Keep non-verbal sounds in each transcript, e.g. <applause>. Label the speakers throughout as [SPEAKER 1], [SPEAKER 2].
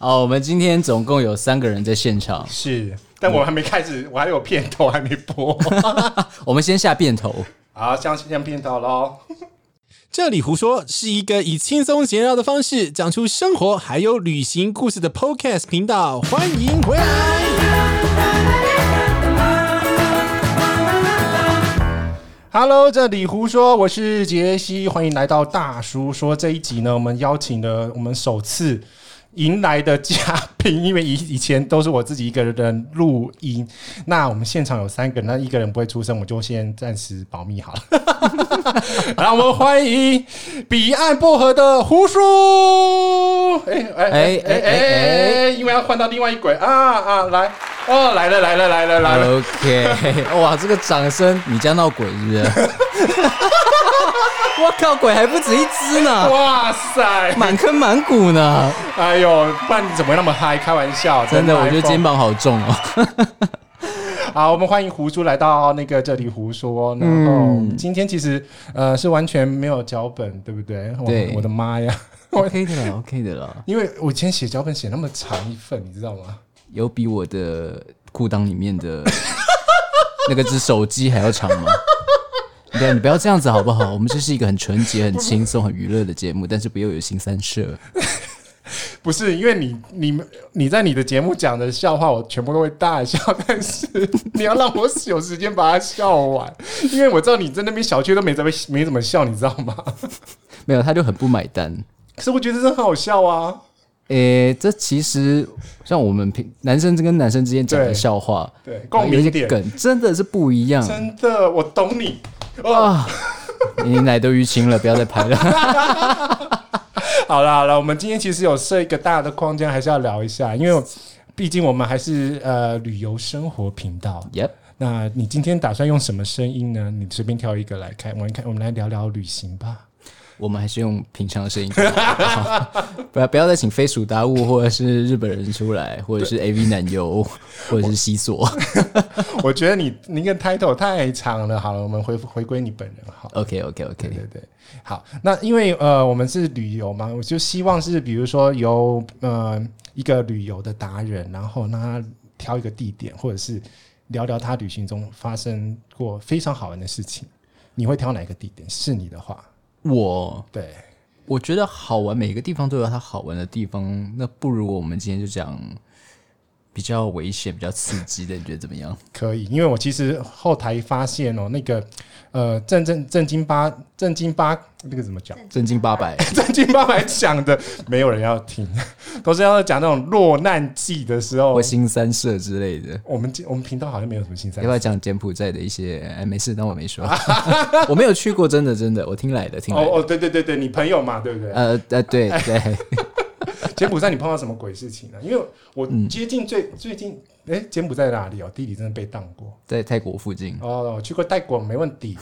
[SPEAKER 1] 哦，我们今天总共有三个人在现场，
[SPEAKER 2] 是，但我还没开始，我还有片头还没播。
[SPEAKER 1] 我们先下片头。
[SPEAKER 2] 好，相信片头喽。
[SPEAKER 3] 这里胡说是一个以轻松闲聊的方式讲出生活还有旅行故事的 Podcast 频道，欢迎回来。
[SPEAKER 2] Hello，这里胡说，我是杰西，欢迎来到大叔说这一集呢，我们邀请了我们首次迎来的嘉宾，因为以以前都是我自己一个人录音，那我们现场有三个人，那一个人不会出声，我就先暂时保密好了。然后我们欢迎彼岸薄荷的胡叔，哎哎哎哎哎哎，因为要换到另外一轨啊啊，来哦，来了来了来了来了。
[SPEAKER 1] OK，哇，这个掌声，你家闹鬼是不是？ <laughs> 我靠，鬼还不止一只呢，
[SPEAKER 2] 哇塞！
[SPEAKER 1] 满坑满谷呢，
[SPEAKER 2] 哎呦，不然你怎么会那么嗨？开玩笑，
[SPEAKER 1] <laughs> 真的，我觉得
[SPEAKER 2] iPhone
[SPEAKER 1] 肩膀好重哦。
[SPEAKER 2] 好，我们欢迎胡叔来到那个这里胡说。然后今天其实呃是完全没有脚本，对不对？我
[SPEAKER 1] 对
[SPEAKER 2] 我的妈呀！
[SPEAKER 1] OK 的了，OK 的了，
[SPEAKER 2] 因为我以前写脚本写那么长一份，你知道吗？
[SPEAKER 1] 有比我的裤裆里面的那个只手机还要长吗？对，你不要这样子好不好？我们这是一个很纯洁、很轻松、很娱乐的节目，但是不要有新三社。
[SPEAKER 2] 不是，因为你你你在你的节目讲的笑话，我全部都会大笑，但是你要让我有时间把它笑完，因为我知道你在那边小区都没怎么没怎么笑，你知道吗？
[SPEAKER 1] 没有，他就很不买单。
[SPEAKER 2] 可是我觉得这很好笑啊。
[SPEAKER 1] 诶、这其实像我们平男生跟男生之间讲的
[SPEAKER 2] 对
[SPEAKER 1] 笑话，
[SPEAKER 2] 对
[SPEAKER 1] 然后
[SPEAKER 2] 共
[SPEAKER 1] 有一
[SPEAKER 2] 鸣
[SPEAKER 1] 些
[SPEAKER 2] 点
[SPEAKER 1] 梗真的是不一样
[SPEAKER 2] 真的，我懂你。哦，
[SPEAKER 1] 啊！你奶都淤青了，不要再拍了。 <laughs>
[SPEAKER 2] 好了好了，我们今天其实有设一个大的框架，还是要聊一下，因为我毕竟我们还是呃旅游生活频道。
[SPEAKER 1] yep，
[SPEAKER 2] 那你今天打算用什么声音呢？你随便挑一个来看，我们看，我们来聊聊旅行吧。
[SPEAKER 1] 我们还是用平常的
[SPEAKER 2] <laughs>
[SPEAKER 1] 声音就好，不要不要再请飞鼠达悟或者是日本人出来，或者是 AV 男优，或者是西索。
[SPEAKER 2] 我觉得你你那个 title 太长了，好了，我们回回归你本人好。
[SPEAKER 1] OK OK OK，
[SPEAKER 2] 对对，好，那因为呃，我们是旅游嘛，我就希望是比如说由呃一个旅游的达人，然后让他挑一个地点，或者是聊聊他旅行中发生过非常好玩的事情。你会挑哪一个地点？是你的话，
[SPEAKER 1] 我
[SPEAKER 2] 对，
[SPEAKER 1] 我觉得好玩，每个地方都有它好玩的地方。那不如我们今天就讲比较危险、比较刺激的，你觉得怎么样？
[SPEAKER 2] 可以，因为我其实后台发现哦，那个呃正正正经八正经八那个怎么讲？
[SPEAKER 1] 正经八百。
[SPEAKER 2] 正经八百讲的，没有人要听，都是要讲那种落难记的时候
[SPEAKER 1] 或。新三社之类的。
[SPEAKER 2] 我们我们频道好像没有什么新三
[SPEAKER 1] 要不要讲柬埔寨的一些？哎，没事，当我没
[SPEAKER 2] <laughs>
[SPEAKER 1] 说。我没有去过，真的真的，我听来的，听来的。
[SPEAKER 2] 哦哦，对对对对，你朋友嘛，对不对？
[SPEAKER 1] <laughs> 呃呃，对对，
[SPEAKER 2] 柬埔寨你碰到什么鬼事情呢、因为我
[SPEAKER 1] 嗯
[SPEAKER 2] 接近最、最近，哎，柬埔寨哪里哦？地理真的被当过
[SPEAKER 1] 在泰国附近，
[SPEAKER 2] 哦，我去过泰国没问
[SPEAKER 1] <laughs>
[SPEAKER 2] 题。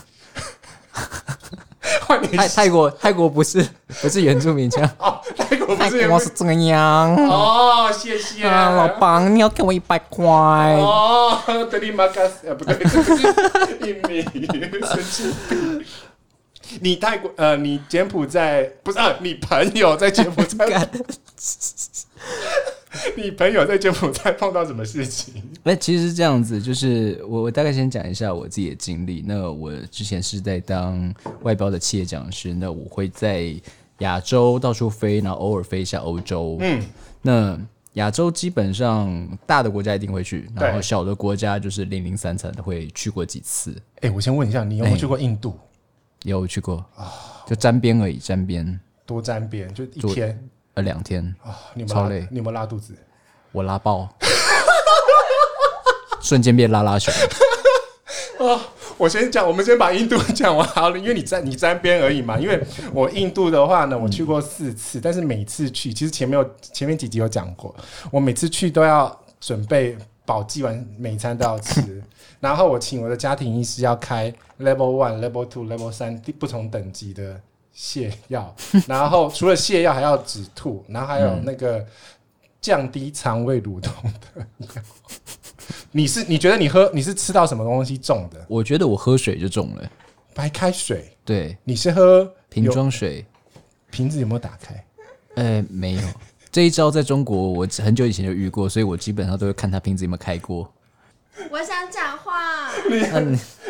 [SPEAKER 2] 换你
[SPEAKER 1] 泰泰国泰国不是不是原住民这样，
[SPEAKER 2] 哦，泰国不
[SPEAKER 1] 泰
[SPEAKER 2] 是也
[SPEAKER 1] 国是这样。
[SPEAKER 2] 哦，谢谢
[SPEAKER 1] 啊， <laughs> 老板，你要给我一百块。
[SPEAKER 2] 哦，德里马卡斯，呃，不对，这是印尼，神经病。你泰国呃，你柬埔寨不是啊？你朋友在柬埔寨
[SPEAKER 1] 干，
[SPEAKER 2] 你朋友在柬埔寨碰到什么事情？
[SPEAKER 1] 那其实是这样子，就是我我大概先讲一下我自己的经历。那我之前是在当外包的企业讲师，那我会在亚洲到处飞，然后偶尔飞一下欧洲。嗯，那亚洲基本上大的国家一定会去，
[SPEAKER 2] 对
[SPEAKER 1] 然后小的国家就是零零散散的会去过几次，
[SPEAKER 2] 哎、我先问一下，你有没有去过印
[SPEAKER 1] 哎
[SPEAKER 2] 度？
[SPEAKER 1] 有去过，就沾边而已，沾边
[SPEAKER 2] 多沾边，就一天
[SPEAKER 1] 呃两天，
[SPEAKER 2] 啊、你们
[SPEAKER 1] 超
[SPEAKER 2] 拉
[SPEAKER 1] 累
[SPEAKER 2] 你们拉肚子，
[SPEAKER 1] 我拉爆，瞬间变拉拉熊。
[SPEAKER 2] 我先讲，我们先把印度讲完好了，因为你沾你沾边而已嘛。因为我印度的话呢，我去过四次，但是每次去，其实前面有前面几集有讲过，我每次去都要准备保济丸，每餐都要吃。然后我请我的家庭医师要开 level one、level two、level 三 <laughs> 不同等级的泻药，然后除了泻药还要止吐，然后还有那个降低肠胃蠕动的药。你是你觉得你喝你是吃到什么东西中的？
[SPEAKER 1] 我觉得我喝水就中了，
[SPEAKER 2] 白开水，
[SPEAKER 1] 对，
[SPEAKER 2] 你是喝
[SPEAKER 1] 瓶
[SPEAKER 2] 有
[SPEAKER 1] 装水。
[SPEAKER 2] 瓶子有没有打开？
[SPEAKER 1] 呃，没有，这一招在中国我很久以前就遇过，所以我基本上都会看他瓶子有没有开过。
[SPEAKER 4] 我想讲话，
[SPEAKER 2] <laughs>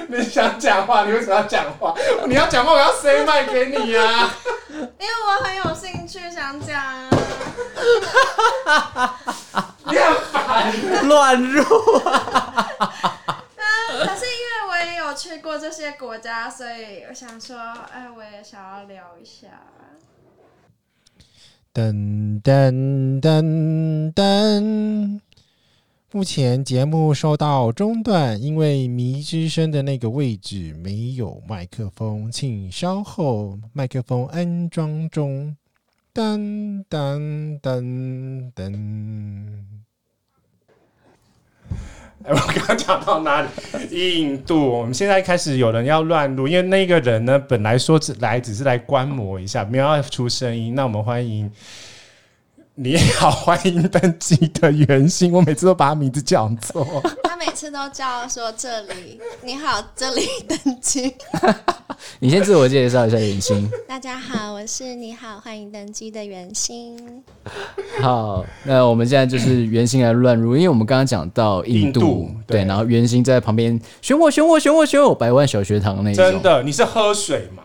[SPEAKER 2] 你想讲话，你为什么要讲话？你要讲话，我要塞麦给你呀、啊。
[SPEAKER 4] 因为我很有兴趣想讲啊。
[SPEAKER 1] 乱入，
[SPEAKER 4] 但可是因为我也有去过这些国家，所以我想说，哎，我也想要聊一下。
[SPEAKER 3] 噔噔噔噔。目前节目受到中断，因为迷之声的那个位置没有麦克风，请稍后麦克风安装中。噔噔噔噔。
[SPEAKER 2] 哎， <laughs> 我刚刚讲到哪里？印度，我们现在开始有人要乱入，因为那个人呢，本来说只来只是来观摩一下，没有要出声音。那我们欢迎你好，欢迎登记的袁心，我每次都把他名字讲错。
[SPEAKER 4] 他每次都叫说这里，你好，这里登机。
[SPEAKER 1] 你先自我介绍一下，袁
[SPEAKER 2] <laughs>
[SPEAKER 1] 心。
[SPEAKER 4] 大家好，我是你好，欢迎登机的袁心。
[SPEAKER 1] 好，那我们现在就是袁心来乱入，因为我们刚刚讲到印度，
[SPEAKER 2] 印度
[SPEAKER 1] 对，
[SPEAKER 2] 对
[SPEAKER 1] 然后袁心在旁边选我，选我，选我，选我，百万小学堂那一种。
[SPEAKER 2] 真，的，你是喝水吗？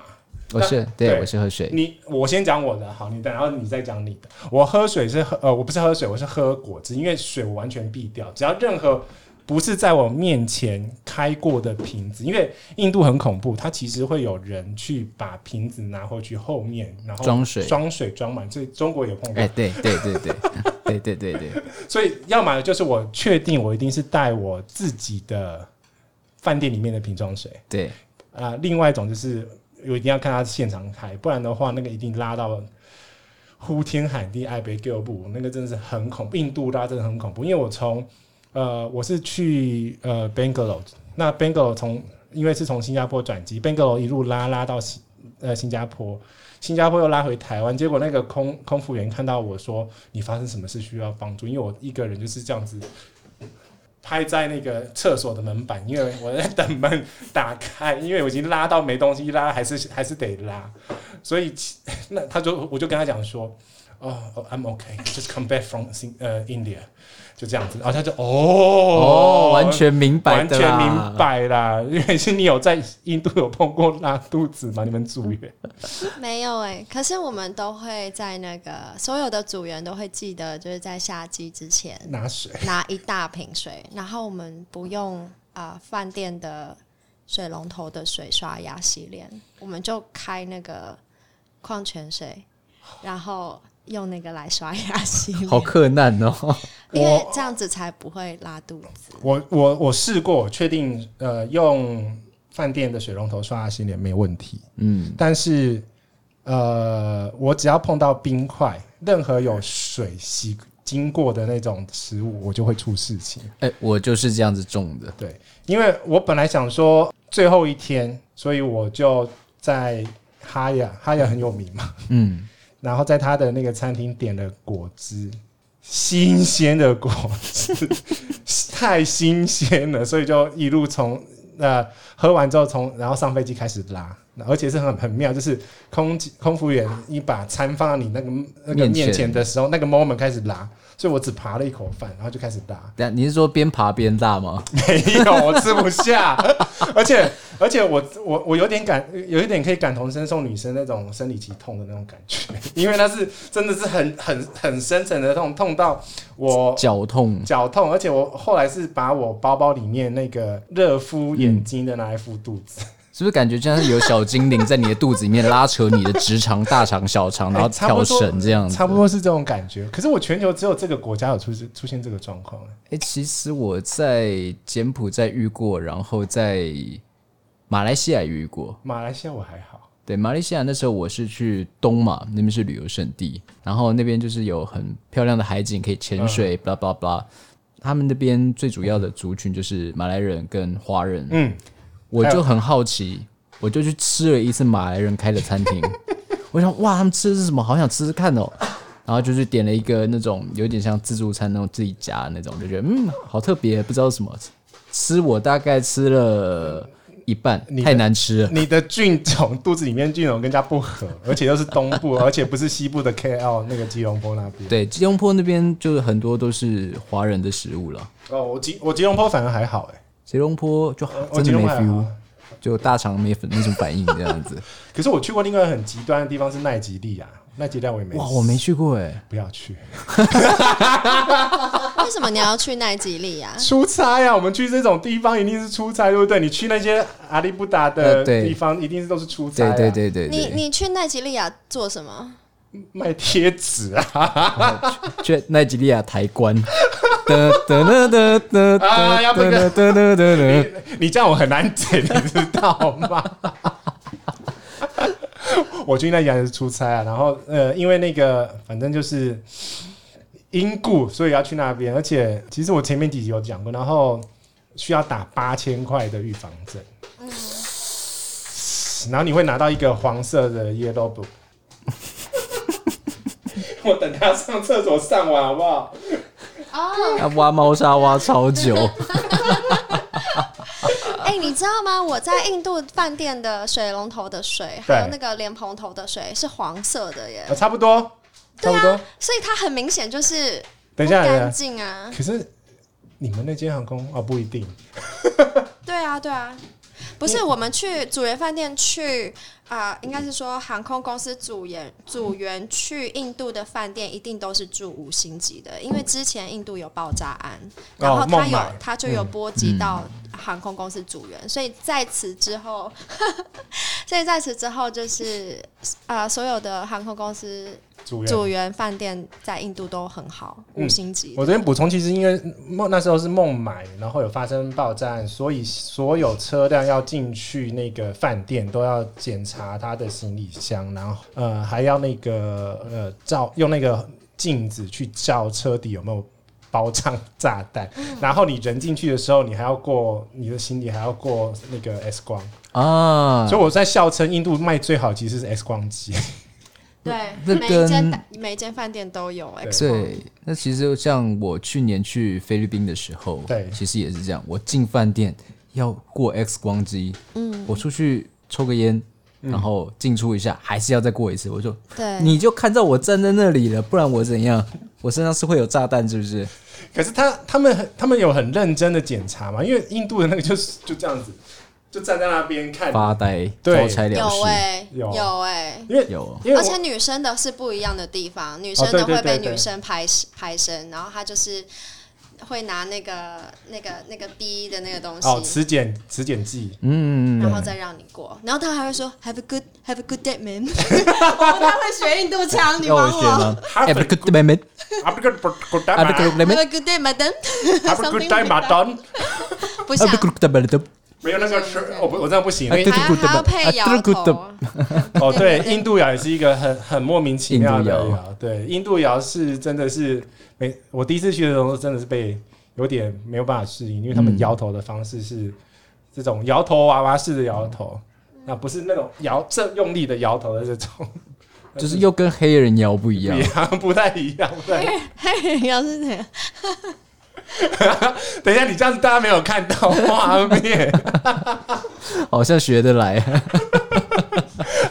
[SPEAKER 1] 我是
[SPEAKER 2] 那
[SPEAKER 1] 对，
[SPEAKER 2] 对
[SPEAKER 1] 我是喝水。
[SPEAKER 2] 你我先讲我的，好，你等，然后你再讲你的。我喝水是喝，呃，我不是喝水，我是喝果汁，因为水我完全避掉，只要任何不是在我面前开过的瓶子，因为印度很恐怖，它其实会有人去把瓶子拿回去后面，然后
[SPEAKER 1] 装水
[SPEAKER 2] 装水装满，所以中国也碰到
[SPEAKER 1] 哎、，对对对对 <laughs> 对对对对，
[SPEAKER 2] 所以要么就是我确定我一定是带我自己的饭店里面的瓶装水。
[SPEAKER 1] 对，
[SPEAKER 2] 啊、另外一种就是我一定要看他现场开，不然的话那个一定拉到呼天喊地、爱别救不，那个真的是很恐怖。印度拉真的很恐怖，因为我从呃我是去呃 Bangalore，那 Bangalore 从因为是从新加坡转机，Bangalore 一路拉拉到新呃新加坡。新加坡又拉回台湾，结果那个空空服员看到我说：“你发生什么事需要帮助？”因为我一个人就是这样子拍在那个厕所的门板，因为我在等门打开，因为我已经拉到没东西拉，还是还是得拉，所以其那他就我就跟他讲说，哦、oh, i m okay, just come back from Sing- 呃、India，就这样子，然后他就哦
[SPEAKER 1] 哦，完全明白
[SPEAKER 2] 完
[SPEAKER 1] 的
[SPEAKER 2] 全
[SPEAKER 1] 啦，
[SPEAKER 2] 明。白啦，因为是你有在印度有碰过拉肚子吗？你们组员
[SPEAKER 4] 没有哎、可是我们都会在那个所有的组员都会记得，就是在下机之前
[SPEAKER 2] 拿水
[SPEAKER 4] 拿一大瓶水，然后我们不用啊、呃饭店的水龙头的水刷牙洗脸，我们就开那个矿泉水，然后用那个来刷牙洗脸，
[SPEAKER 1] 好困难哦！ <laughs>
[SPEAKER 4] 因为这样子才不会拉肚子。
[SPEAKER 2] 我我我试过，我确定呃用饭店的水龙头刷牙洗脸没问题，
[SPEAKER 1] 嗯，
[SPEAKER 2] 但是呃，我只要碰到冰块，任何有水洗经过的那种食物，我就会出事情。
[SPEAKER 1] 哎、我就是这样子种的。
[SPEAKER 2] 对，因为我本来想说最后一天，所以我就在哈雅，哈雅很有名嘛，
[SPEAKER 1] 嗯，
[SPEAKER 2] <laughs> 然后在他的那个餐厅点了果汁，新鲜的果汁， <laughs> 太新鲜了，所以就一路从呃喝完之后从然后上飞机开始拉，而且是很很妙，就是空姐空服员一把餐放到你那个那个
[SPEAKER 1] 面前
[SPEAKER 2] 面前的时候，那个 moment 开始拉，所以我只扒了一口饭，然后就开始拉。
[SPEAKER 1] 但你是说边爬边大吗？
[SPEAKER 2] 没有，我吃不下。 <laughs> 而且而且我我我有点感，有一点可以感同身受女生那种生理期痛的那种感觉， <laughs> 因为那是真的是很很很深层的痛，痛到我。
[SPEAKER 1] 脚痛，
[SPEAKER 2] 脚痛，而且我后来是把我包包里面那个热敷眼睛的拿来敷肚子，
[SPEAKER 1] 是不是感觉像是有小精灵在你的肚子里面拉扯你的直肠、大肠、小肠，嗯然后
[SPEAKER 2] <laughs> 哎差不
[SPEAKER 1] 跳
[SPEAKER 2] 多
[SPEAKER 1] 绳这样子？
[SPEAKER 2] 差不。多是这种感觉。可是我全球只有这个国家有出出现这个状况，
[SPEAKER 1] 哎、其实我在柬埔寨遇过，然后在马来西亚也遇过。
[SPEAKER 2] 马来西亚我还好，
[SPEAKER 1] 对，马来西亚那时候我是去东马，那边是旅游胜地，然后那边就是有很漂亮的海景，可以潜水，blah
[SPEAKER 2] 嗯
[SPEAKER 1] blah blah。他们那边最主要的族群就是马来人跟华人，
[SPEAKER 2] 嗯，
[SPEAKER 1] 我就很好奇，我就去吃了一次马来人开的餐
[SPEAKER 2] <laughs>
[SPEAKER 1] 厅，我想哇，他们吃的是什么？好想吃吃看哦。然后就是点了一个那种有点像自助餐那种自己夹的那种，就觉得嗯，好特别，不知道是什么。吃我大概吃了一半
[SPEAKER 2] 你，的
[SPEAKER 1] 太难吃了。
[SPEAKER 2] 你的菌种肚子里面菌种跟人家不合，而且又是东部，而且不是西部的 KL 那个吉隆坡那边。
[SPEAKER 1] 对，吉隆坡那边就是很多都是华人的食物了。
[SPEAKER 2] 哦，我吉我吉隆坡反而还好哎、
[SPEAKER 1] 吉隆坡就
[SPEAKER 2] 我我
[SPEAKER 1] 真
[SPEAKER 2] 吉
[SPEAKER 1] 的
[SPEAKER 2] 隆
[SPEAKER 1] 没
[SPEAKER 2] 坡还
[SPEAKER 1] feel，
[SPEAKER 2] 好。
[SPEAKER 1] 就大肠没粉那种反应这样
[SPEAKER 2] <laughs>
[SPEAKER 1] 子。
[SPEAKER 2] 可是我去过另外一个很极端的地方是奈吉利亚，奈吉利亚我也没
[SPEAKER 1] 哇，我没去过哎，
[SPEAKER 2] 不要去
[SPEAKER 4] 为什么你要去奈及利亚？
[SPEAKER 2] 出差呀、啊，我们去这种地方一定是出差，对不对？你去那些阿里布达的
[SPEAKER 1] 呃对
[SPEAKER 2] 地方，一定是都是出差、
[SPEAKER 1] 对
[SPEAKER 2] 啊。
[SPEAKER 1] 对对对
[SPEAKER 4] 你
[SPEAKER 1] 对，
[SPEAKER 4] 你去奈及利亚做什么？
[SPEAKER 2] 卖贴纸啊！
[SPEAKER 1] 去奈及利亚抬棺。 <laughs> 得得得得得
[SPEAKER 2] 啊要不
[SPEAKER 1] 得得得得得得
[SPEAKER 2] 你 <laughs> 你这样我很难剪，你知道 <laughs> 吗？我去那家是出差啊，然后呃，因为那个反正就是因故，所以要去那边。而且其实我前面几集有讲过，然后需要打八千块的预防针，然后你会拿到一个黄色的 yellow book。我等他上厕所上完好不好？
[SPEAKER 4] 哦，
[SPEAKER 1] 要挖猫砂挖超
[SPEAKER 2] <laughs>
[SPEAKER 1] 久，
[SPEAKER 4] 哎，你知道吗？我在印度饭店的水龙头的水，
[SPEAKER 2] 对
[SPEAKER 4] 还有那个莲蓬头的水是黄色的耶
[SPEAKER 2] 啊，，差不多，差
[SPEAKER 4] 对
[SPEAKER 2] 不多。
[SPEAKER 4] 啊，所以它很明显就是
[SPEAKER 2] 等
[SPEAKER 4] 不
[SPEAKER 2] 一下，等一
[SPEAKER 4] 干
[SPEAKER 2] 下。
[SPEAKER 4] 净啊，
[SPEAKER 2] 可是你们那间航空哦，不一定。
[SPEAKER 4] 对啊，对啊。不是，我们去组员饭店去啊、应该是说航空公司组员组员去印度的饭店一定都是住五星级的，因为之前印度有爆炸案，然后他
[SPEAKER 2] 哦孟
[SPEAKER 4] 有、
[SPEAKER 2] 买嗯
[SPEAKER 4] 他就有波及到航空公司组员，所以在此之后， <laughs> 所以在此之后就是啊、所有的航空公司
[SPEAKER 2] 组
[SPEAKER 4] 组员饭店在印度都很好，
[SPEAKER 2] 嗯
[SPEAKER 4] 五星级的。
[SPEAKER 2] 我这边补充，其实因为孟那时候是孟买，然后有发生爆炸案，所以所有车辆要进去那个饭店都要检查他的行李箱，然后呃还要那个呃照用那个镜子去照车底有没有。包trang炸弹，然后你人进去的时候，你还要过你的行李，还要过那个 X 光，
[SPEAKER 1] 啊
[SPEAKER 2] 所以我在笑称印度卖最好其实是 X 光机，
[SPEAKER 4] 对，
[SPEAKER 1] 这
[SPEAKER 4] 每一间
[SPEAKER 1] 跟
[SPEAKER 4] 大每一间饭店都有、欸。
[SPEAKER 1] 对，那其实像我去年去菲律宾的时候，
[SPEAKER 2] 对
[SPEAKER 1] 其实也是这样。我进饭店要过 X 光机，嗯，我出去抽个烟，然后进出一下，还是要再过一次。我就
[SPEAKER 4] 对，
[SPEAKER 1] 你就看到我站在那里了，不然我怎样？我身上是会有炸弹，是不是？
[SPEAKER 2] 可是他他们很他们有很认真的检查嘛，因为印度的那个就是就这样子，就站在那边看。
[SPEAKER 1] 发呆，
[SPEAKER 2] 对
[SPEAKER 1] 交差了
[SPEAKER 4] 有
[SPEAKER 1] 事。
[SPEAKER 4] 哎、
[SPEAKER 2] 有
[SPEAKER 4] 有哎、
[SPEAKER 2] 因为
[SPEAKER 1] 有
[SPEAKER 2] 因为
[SPEAKER 4] 而且
[SPEAKER 2] 我
[SPEAKER 4] 女生的是不一样的地方，女
[SPEAKER 2] 哦
[SPEAKER 4] 生
[SPEAKER 2] 对
[SPEAKER 4] 的
[SPEAKER 2] 对
[SPEAKER 4] 会被
[SPEAKER 2] 对对
[SPEAKER 4] 女生拍拍身，然后她就是会拿那个那个那个 B 的那个东西，
[SPEAKER 2] 哦，磁检磁检剂，
[SPEAKER 1] 嗯，
[SPEAKER 4] 然后再让你过，然后她还会说 Have a good Have a good day, man。我不太会学印度腔，你
[SPEAKER 1] 要我
[SPEAKER 4] 玩
[SPEAKER 1] 学
[SPEAKER 4] 我。
[SPEAKER 1] 吗？哎，不，good m a n
[SPEAKER 2] 啊不 good 不 good
[SPEAKER 1] 啊不
[SPEAKER 2] time，
[SPEAKER 1] ，good man，
[SPEAKER 4] <laughs> Have a good day, madam
[SPEAKER 2] 啊不 good
[SPEAKER 4] something
[SPEAKER 2] time，马
[SPEAKER 4] like that
[SPEAKER 2] 顿
[SPEAKER 4] <laughs> 不
[SPEAKER 1] 啊
[SPEAKER 4] 像，
[SPEAKER 1] 不，good man，
[SPEAKER 2] 没有那个是，我不我这样不行。因为
[SPEAKER 1] 啊对
[SPEAKER 4] 还要还要配摇
[SPEAKER 1] good
[SPEAKER 4] 头 <laughs>
[SPEAKER 1] man，
[SPEAKER 2] <laughs> 哦，对，印度摇也是一个很很莫名其妙的
[SPEAKER 1] 印度
[SPEAKER 2] 摇。对，印度摇是真的是没，我第一次去的时候真的是被有点没有办法适应，因为他们摇头的方式
[SPEAKER 1] 嗯
[SPEAKER 2] 是这种摇头娃娃式的摇头，那不是那种摇正用力的摇头的这
[SPEAKER 1] <laughs>
[SPEAKER 2] 种，
[SPEAKER 1] 就是又跟黑人妖不一样
[SPEAKER 2] 一。样不太一样。不太一
[SPEAKER 4] <laughs>
[SPEAKER 2] 样。
[SPEAKER 4] 嘿，要是这样，
[SPEAKER 2] 等一下，你这样子大家没有看到画
[SPEAKER 1] <laughs>
[SPEAKER 2] 面。
[SPEAKER 1] 好像学得来，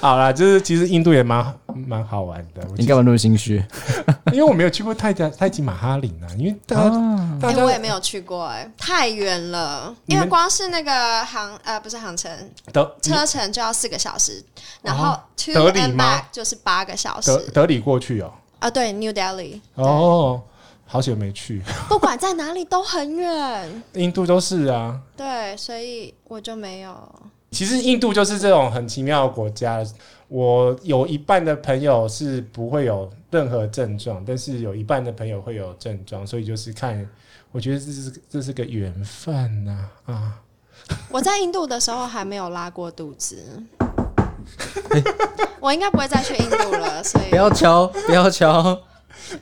[SPEAKER 2] 好啦，就是其实印度也蛮蛮好玩的，我
[SPEAKER 1] 你
[SPEAKER 2] 记
[SPEAKER 1] 干嘛那么心虚？
[SPEAKER 2] 得因为我没有去过泰加泰姬马哈林啊，因为大家、大
[SPEAKER 4] 哎、
[SPEAKER 2] 家、
[SPEAKER 4] 我也没有去过、哎，太远了，
[SPEAKER 2] 你
[SPEAKER 4] 因
[SPEAKER 2] 们
[SPEAKER 4] 为光是那个航呃不是航程，
[SPEAKER 2] 德
[SPEAKER 4] 车程就要四个小时，然后
[SPEAKER 2] 哦
[SPEAKER 4] to
[SPEAKER 2] 德里
[SPEAKER 4] and
[SPEAKER 2] 吗
[SPEAKER 4] back 就是八个小
[SPEAKER 2] 德
[SPEAKER 4] 时
[SPEAKER 2] 德里过去哦、
[SPEAKER 4] 啊。对，New
[SPEAKER 2] <laughs>
[SPEAKER 4] Delhi，
[SPEAKER 2] 哦，好久没去， <laughs>
[SPEAKER 4] 不管在哪里都很远。
[SPEAKER 2] 印度都是啊。
[SPEAKER 4] 对，所以我就没有。
[SPEAKER 2] 其实印度就是这种很奇妙的国家。我有一半的朋友是不会有任何症状，但是有一半的朋友会有症状，所以就是看，我觉得这是这是个缘分呐啊
[SPEAKER 4] 我在印度的时候还没有拉过肚
[SPEAKER 2] <laughs>
[SPEAKER 4] 子，我应该不会再去印度了。所以
[SPEAKER 1] 不要敲，不要敲，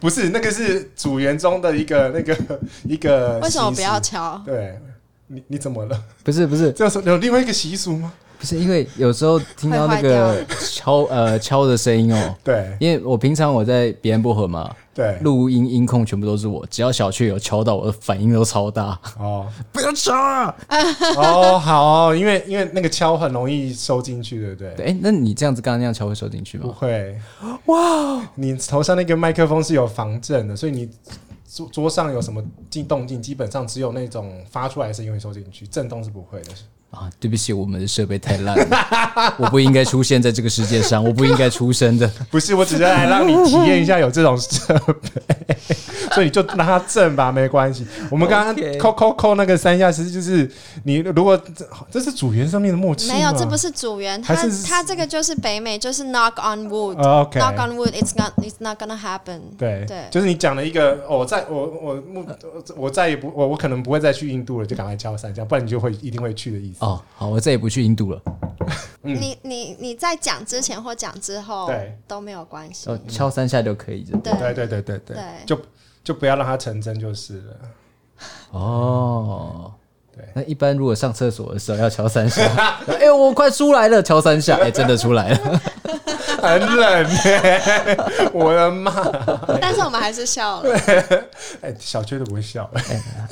[SPEAKER 2] 不是那个是组员中的一个那个 <laughs> 一个
[SPEAKER 4] 为什
[SPEAKER 2] 习俗
[SPEAKER 4] 么不要敲？
[SPEAKER 2] 对，你你怎么了？
[SPEAKER 1] 不是不是
[SPEAKER 2] 这有什有另外一个习俗吗？
[SPEAKER 1] 不是因为有时候听到那
[SPEAKER 4] 会坏
[SPEAKER 1] 个敲呃敲的声音哦，
[SPEAKER 2] 对
[SPEAKER 1] 因为我平常我在别人不合嘛，
[SPEAKER 2] 对
[SPEAKER 1] 录音音控全部都是我，只要小雀有敲到，我的反应都超大，
[SPEAKER 2] 哦
[SPEAKER 1] 不要敲啊！
[SPEAKER 2] 哦好哦因为因为那个敲很容易收进去，对不对？
[SPEAKER 1] 对，哎，那你这样子刚刚那样敲会收进去
[SPEAKER 2] 不
[SPEAKER 1] 吗？
[SPEAKER 2] 会哇，你头上那个麦克风是有防震的，所以你桌桌上有什么进动静，基本上只有那种发出来的声音会收进去，震动是不 <laughs> 会的。
[SPEAKER 1] 啊，对不起，我们的设备太烂了，我不应该出现在这个世界上，我不应该出生的。
[SPEAKER 2] 不是，我只是来让你体验一下有这种设备，所以你就让它震吧，没关系。我们刚刚
[SPEAKER 1] OK
[SPEAKER 2] 扣扣扣那个三下，其实就是你如果这这是组员上面的默契吗，
[SPEAKER 4] 没有，这不是组员，他
[SPEAKER 2] 还是
[SPEAKER 4] 他这个就是北美，就是 knock on wood。
[SPEAKER 2] 呃 OK。
[SPEAKER 4] Knock on wood, it's not, it's not gonna happen。
[SPEAKER 2] 对
[SPEAKER 4] 对
[SPEAKER 2] 就是你讲了一个，哦我再我我目我再也不我我可能不会再去印度了，就赶快敲三下，不然你就会一定会去的意思。
[SPEAKER 1] 哦，好，我再也不去印度了。
[SPEAKER 4] 你你你在讲之前或讲之后
[SPEAKER 2] 嗯对
[SPEAKER 4] 都没有关系。
[SPEAKER 1] 哦，敲三下就可以的。
[SPEAKER 4] 对
[SPEAKER 2] 对对对对对，
[SPEAKER 4] 对
[SPEAKER 2] 就就不要让它成真就是了。
[SPEAKER 1] 哦，
[SPEAKER 2] 对
[SPEAKER 1] 那一般如果上厕所的时候要敲三下， <laughs> 哎、我快出来了，敲三下，哎、真的出来了。
[SPEAKER 2] 很冷、欸，我的妈！
[SPEAKER 4] 但是我们还是笑了。
[SPEAKER 2] 哎、小缺都不会笑，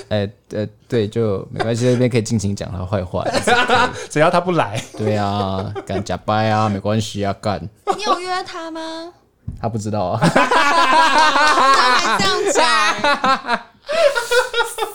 [SPEAKER 1] 哎、呃，对，就没关系，那边可以尽情讲他坏 <laughs> 话。
[SPEAKER 2] 只要他不来，
[SPEAKER 1] 对啊，敢假掰啊，没关系啊，干。
[SPEAKER 4] 你有约他吗？
[SPEAKER 1] <laughs> 他不知道啊， <laughs>
[SPEAKER 4] 他还这样讲，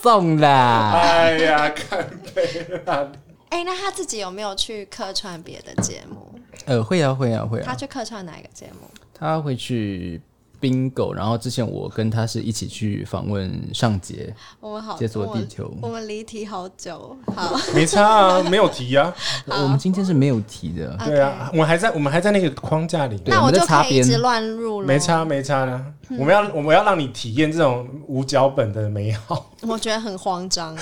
[SPEAKER 1] 送啦。
[SPEAKER 2] 哎呀，看悲了。
[SPEAKER 4] 哎，那他自己有没有去客串别的节目？
[SPEAKER 1] 呃，会啊，会啊，会
[SPEAKER 4] 他
[SPEAKER 1] 啊。
[SPEAKER 4] 去客串哪一个节目？
[SPEAKER 1] 他会去 bingo，然后之前我跟他是一起去访问上节，
[SPEAKER 4] 我们好
[SPEAKER 1] 解锁地球
[SPEAKER 4] 我们我们离题好久。好，
[SPEAKER 2] <laughs> 没差啊，没有提啊，
[SPEAKER 1] 呃我们今天是没有提的。
[SPEAKER 2] 对啊，我们还在我们还在那个框架里面，
[SPEAKER 1] 对
[SPEAKER 4] 那我
[SPEAKER 1] 我们
[SPEAKER 4] 就
[SPEAKER 1] 在擦
[SPEAKER 4] 可以一
[SPEAKER 1] 边
[SPEAKER 4] 直乱入了。
[SPEAKER 2] 没，差没差呢。
[SPEAKER 4] 嗯
[SPEAKER 2] 我们要我们要让你体验这种无脚本的美好， <laughs>
[SPEAKER 4] 我觉得很慌张，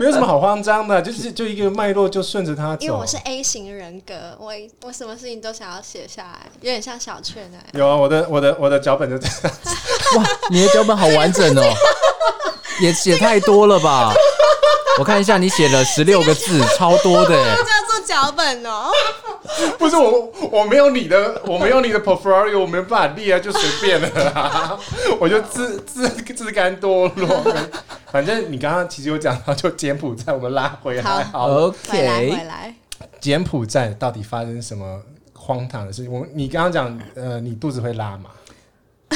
[SPEAKER 2] 没有什么好慌张的，就是就一个脉络就顺着它
[SPEAKER 4] 因为
[SPEAKER 2] 走啊
[SPEAKER 4] 我。是 A 型人格，我我什么事情都想要写下来，有点像小雀那样。
[SPEAKER 2] 有啊，我的我的我的脚本就这 <laughs> 样，
[SPEAKER 1] 哇，你的脚本好完 <laughs> 整哦，也写太多了吧？我看一下，你写了十六个字，超多的欸耶。
[SPEAKER 4] 叫做脚本哦，
[SPEAKER 2] 不是我我没有你的我没有你的 portfolio，我没办法列啊，就随便了啦， <laughs> 我就自自自甘堕落。 <laughs> 反正你刚刚其实有讲到，就柬埔寨我们拉回来
[SPEAKER 4] 好
[SPEAKER 2] 好了。
[SPEAKER 4] 回来回
[SPEAKER 1] OK，
[SPEAKER 4] 来，
[SPEAKER 2] 柬埔寨到底发生什么荒唐的事情？我你刚刚讲，呃，你肚子会拉嘛？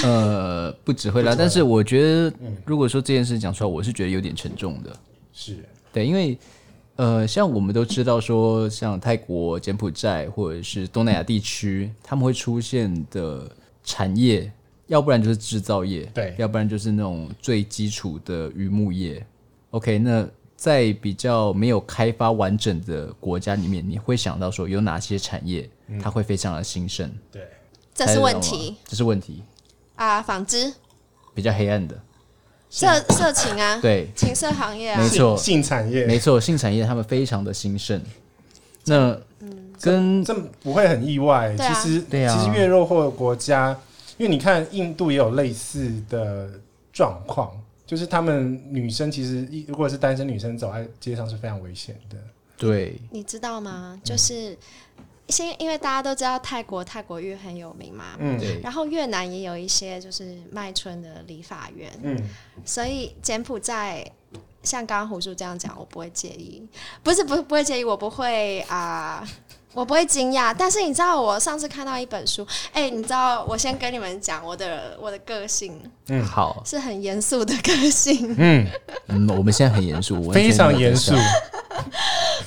[SPEAKER 1] 呃，不只会啦，嗯但是我觉得，如果说这件事讲出来，我是觉得有点沉重的。
[SPEAKER 2] 是，
[SPEAKER 1] 对，因为呃，像我们都知道说，像泰国、柬埔寨或者是东南亚地区，他们会出现的产业，要不然就是制造业，
[SPEAKER 2] 对
[SPEAKER 1] 要不然就是那种最基础的渔牧业。OK，那在比较没有开发完整的国家里面，你会想到说有哪些产业它会非常的兴盛？
[SPEAKER 2] 对，
[SPEAKER 4] 这
[SPEAKER 1] 猜
[SPEAKER 4] 是
[SPEAKER 1] 得
[SPEAKER 4] 问
[SPEAKER 1] 到吗
[SPEAKER 4] 题，
[SPEAKER 1] 这是问题，
[SPEAKER 4] 啊，纺织、
[SPEAKER 1] 比较黑暗的，
[SPEAKER 4] 色色情啊，
[SPEAKER 1] 对，
[SPEAKER 4] 情色行业啊
[SPEAKER 1] 没，错
[SPEAKER 2] 性性产业，
[SPEAKER 1] 没错，性产业他们非常的兴盛。那跟
[SPEAKER 2] 这不会很意外。
[SPEAKER 4] 对啊
[SPEAKER 2] 其实，
[SPEAKER 1] 对啊
[SPEAKER 2] 其实越落后的国家，因为你看印度也有类似的状况，就是他们女生其实一如果是单身女生走在街上是非常危险的。
[SPEAKER 1] 对
[SPEAKER 4] 你知道
[SPEAKER 2] 嗯
[SPEAKER 4] 吗？就是先因为大家都知道泰国泰国浴很有名嘛，
[SPEAKER 2] 嗯
[SPEAKER 1] 对
[SPEAKER 4] 然后越南也有一些就是卖春的理发院，
[SPEAKER 2] 嗯，
[SPEAKER 4] 所以柬埔寨。像刚刚胡叔这样讲，我不会介意，不是不不会介意，我不会啊、我不会惊讶。但是你知道，我上次看到一本书，哎、你知道，我先跟你们讲我的我的个性，
[SPEAKER 2] 嗯
[SPEAKER 1] 好，
[SPEAKER 4] 是很严肃的个性，
[SPEAKER 1] 嗯，我们现在很严肃，我
[SPEAKER 2] 非常严肃，
[SPEAKER 1] 完全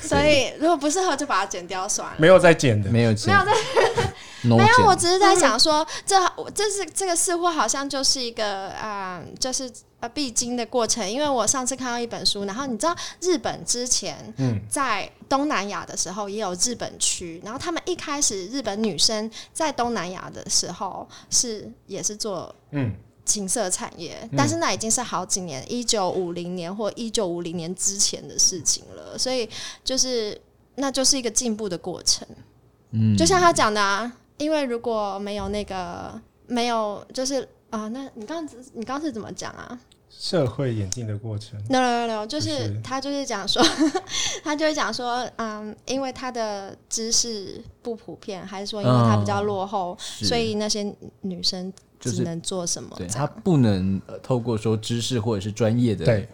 [SPEAKER 4] 所以如果不适合就把它剪掉算了。
[SPEAKER 2] 没有在剪的。
[SPEAKER 1] 没有没有没有
[SPEAKER 4] 没
[SPEAKER 1] 在，
[SPEAKER 4] 有，
[SPEAKER 1] no
[SPEAKER 4] 我
[SPEAKER 1] 剪
[SPEAKER 4] 只是在想说，这我这是这个似乎好像就是一个啊、呃就是呃必经的过程。因为我上次看到一本书，然后你知道日本之前
[SPEAKER 2] 嗯
[SPEAKER 4] 在东南亚的时候也有日本区，然后他们一开始日本女生在东南亚的时候是也是做
[SPEAKER 2] 嗯，
[SPEAKER 4] 情色产业，但是那已经是好几年，一九五零年或一九五零年之前的事情了，所以就是那就是一个进步的过程。
[SPEAKER 1] 嗯
[SPEAKER 4] 就像他讲的啊，因为如果没有那个没有就是啊、那你刚你刚是怎么讲啊？
[SPEAKER 2] 社会演进的过程。
[SPEAKER 4] no no no no，就
[SPEAKER 2] 不
[SPEAKER 4] 是
[SPEAKER 2] 是
[SPEAKER 4] 他就是讲说， <laughs> 他就是讲说，嗯，因为他的知识不普遍，还是说因为他比较落后，
[SPEAKER 1] 嗯是
[SPEAKER 4] 所以那些女生
[SPEAKER 1] 就是
[SPEAKER 4] 只能做什么？
[SPEAKER 1] 对
[SPEAKER 4] 这
[SPEAKER 1] 他
[SPEAKER 4] 样
[SPEAKER 1] 不能呃透过说知识或者是专业的
[SPEAKER 2] 对，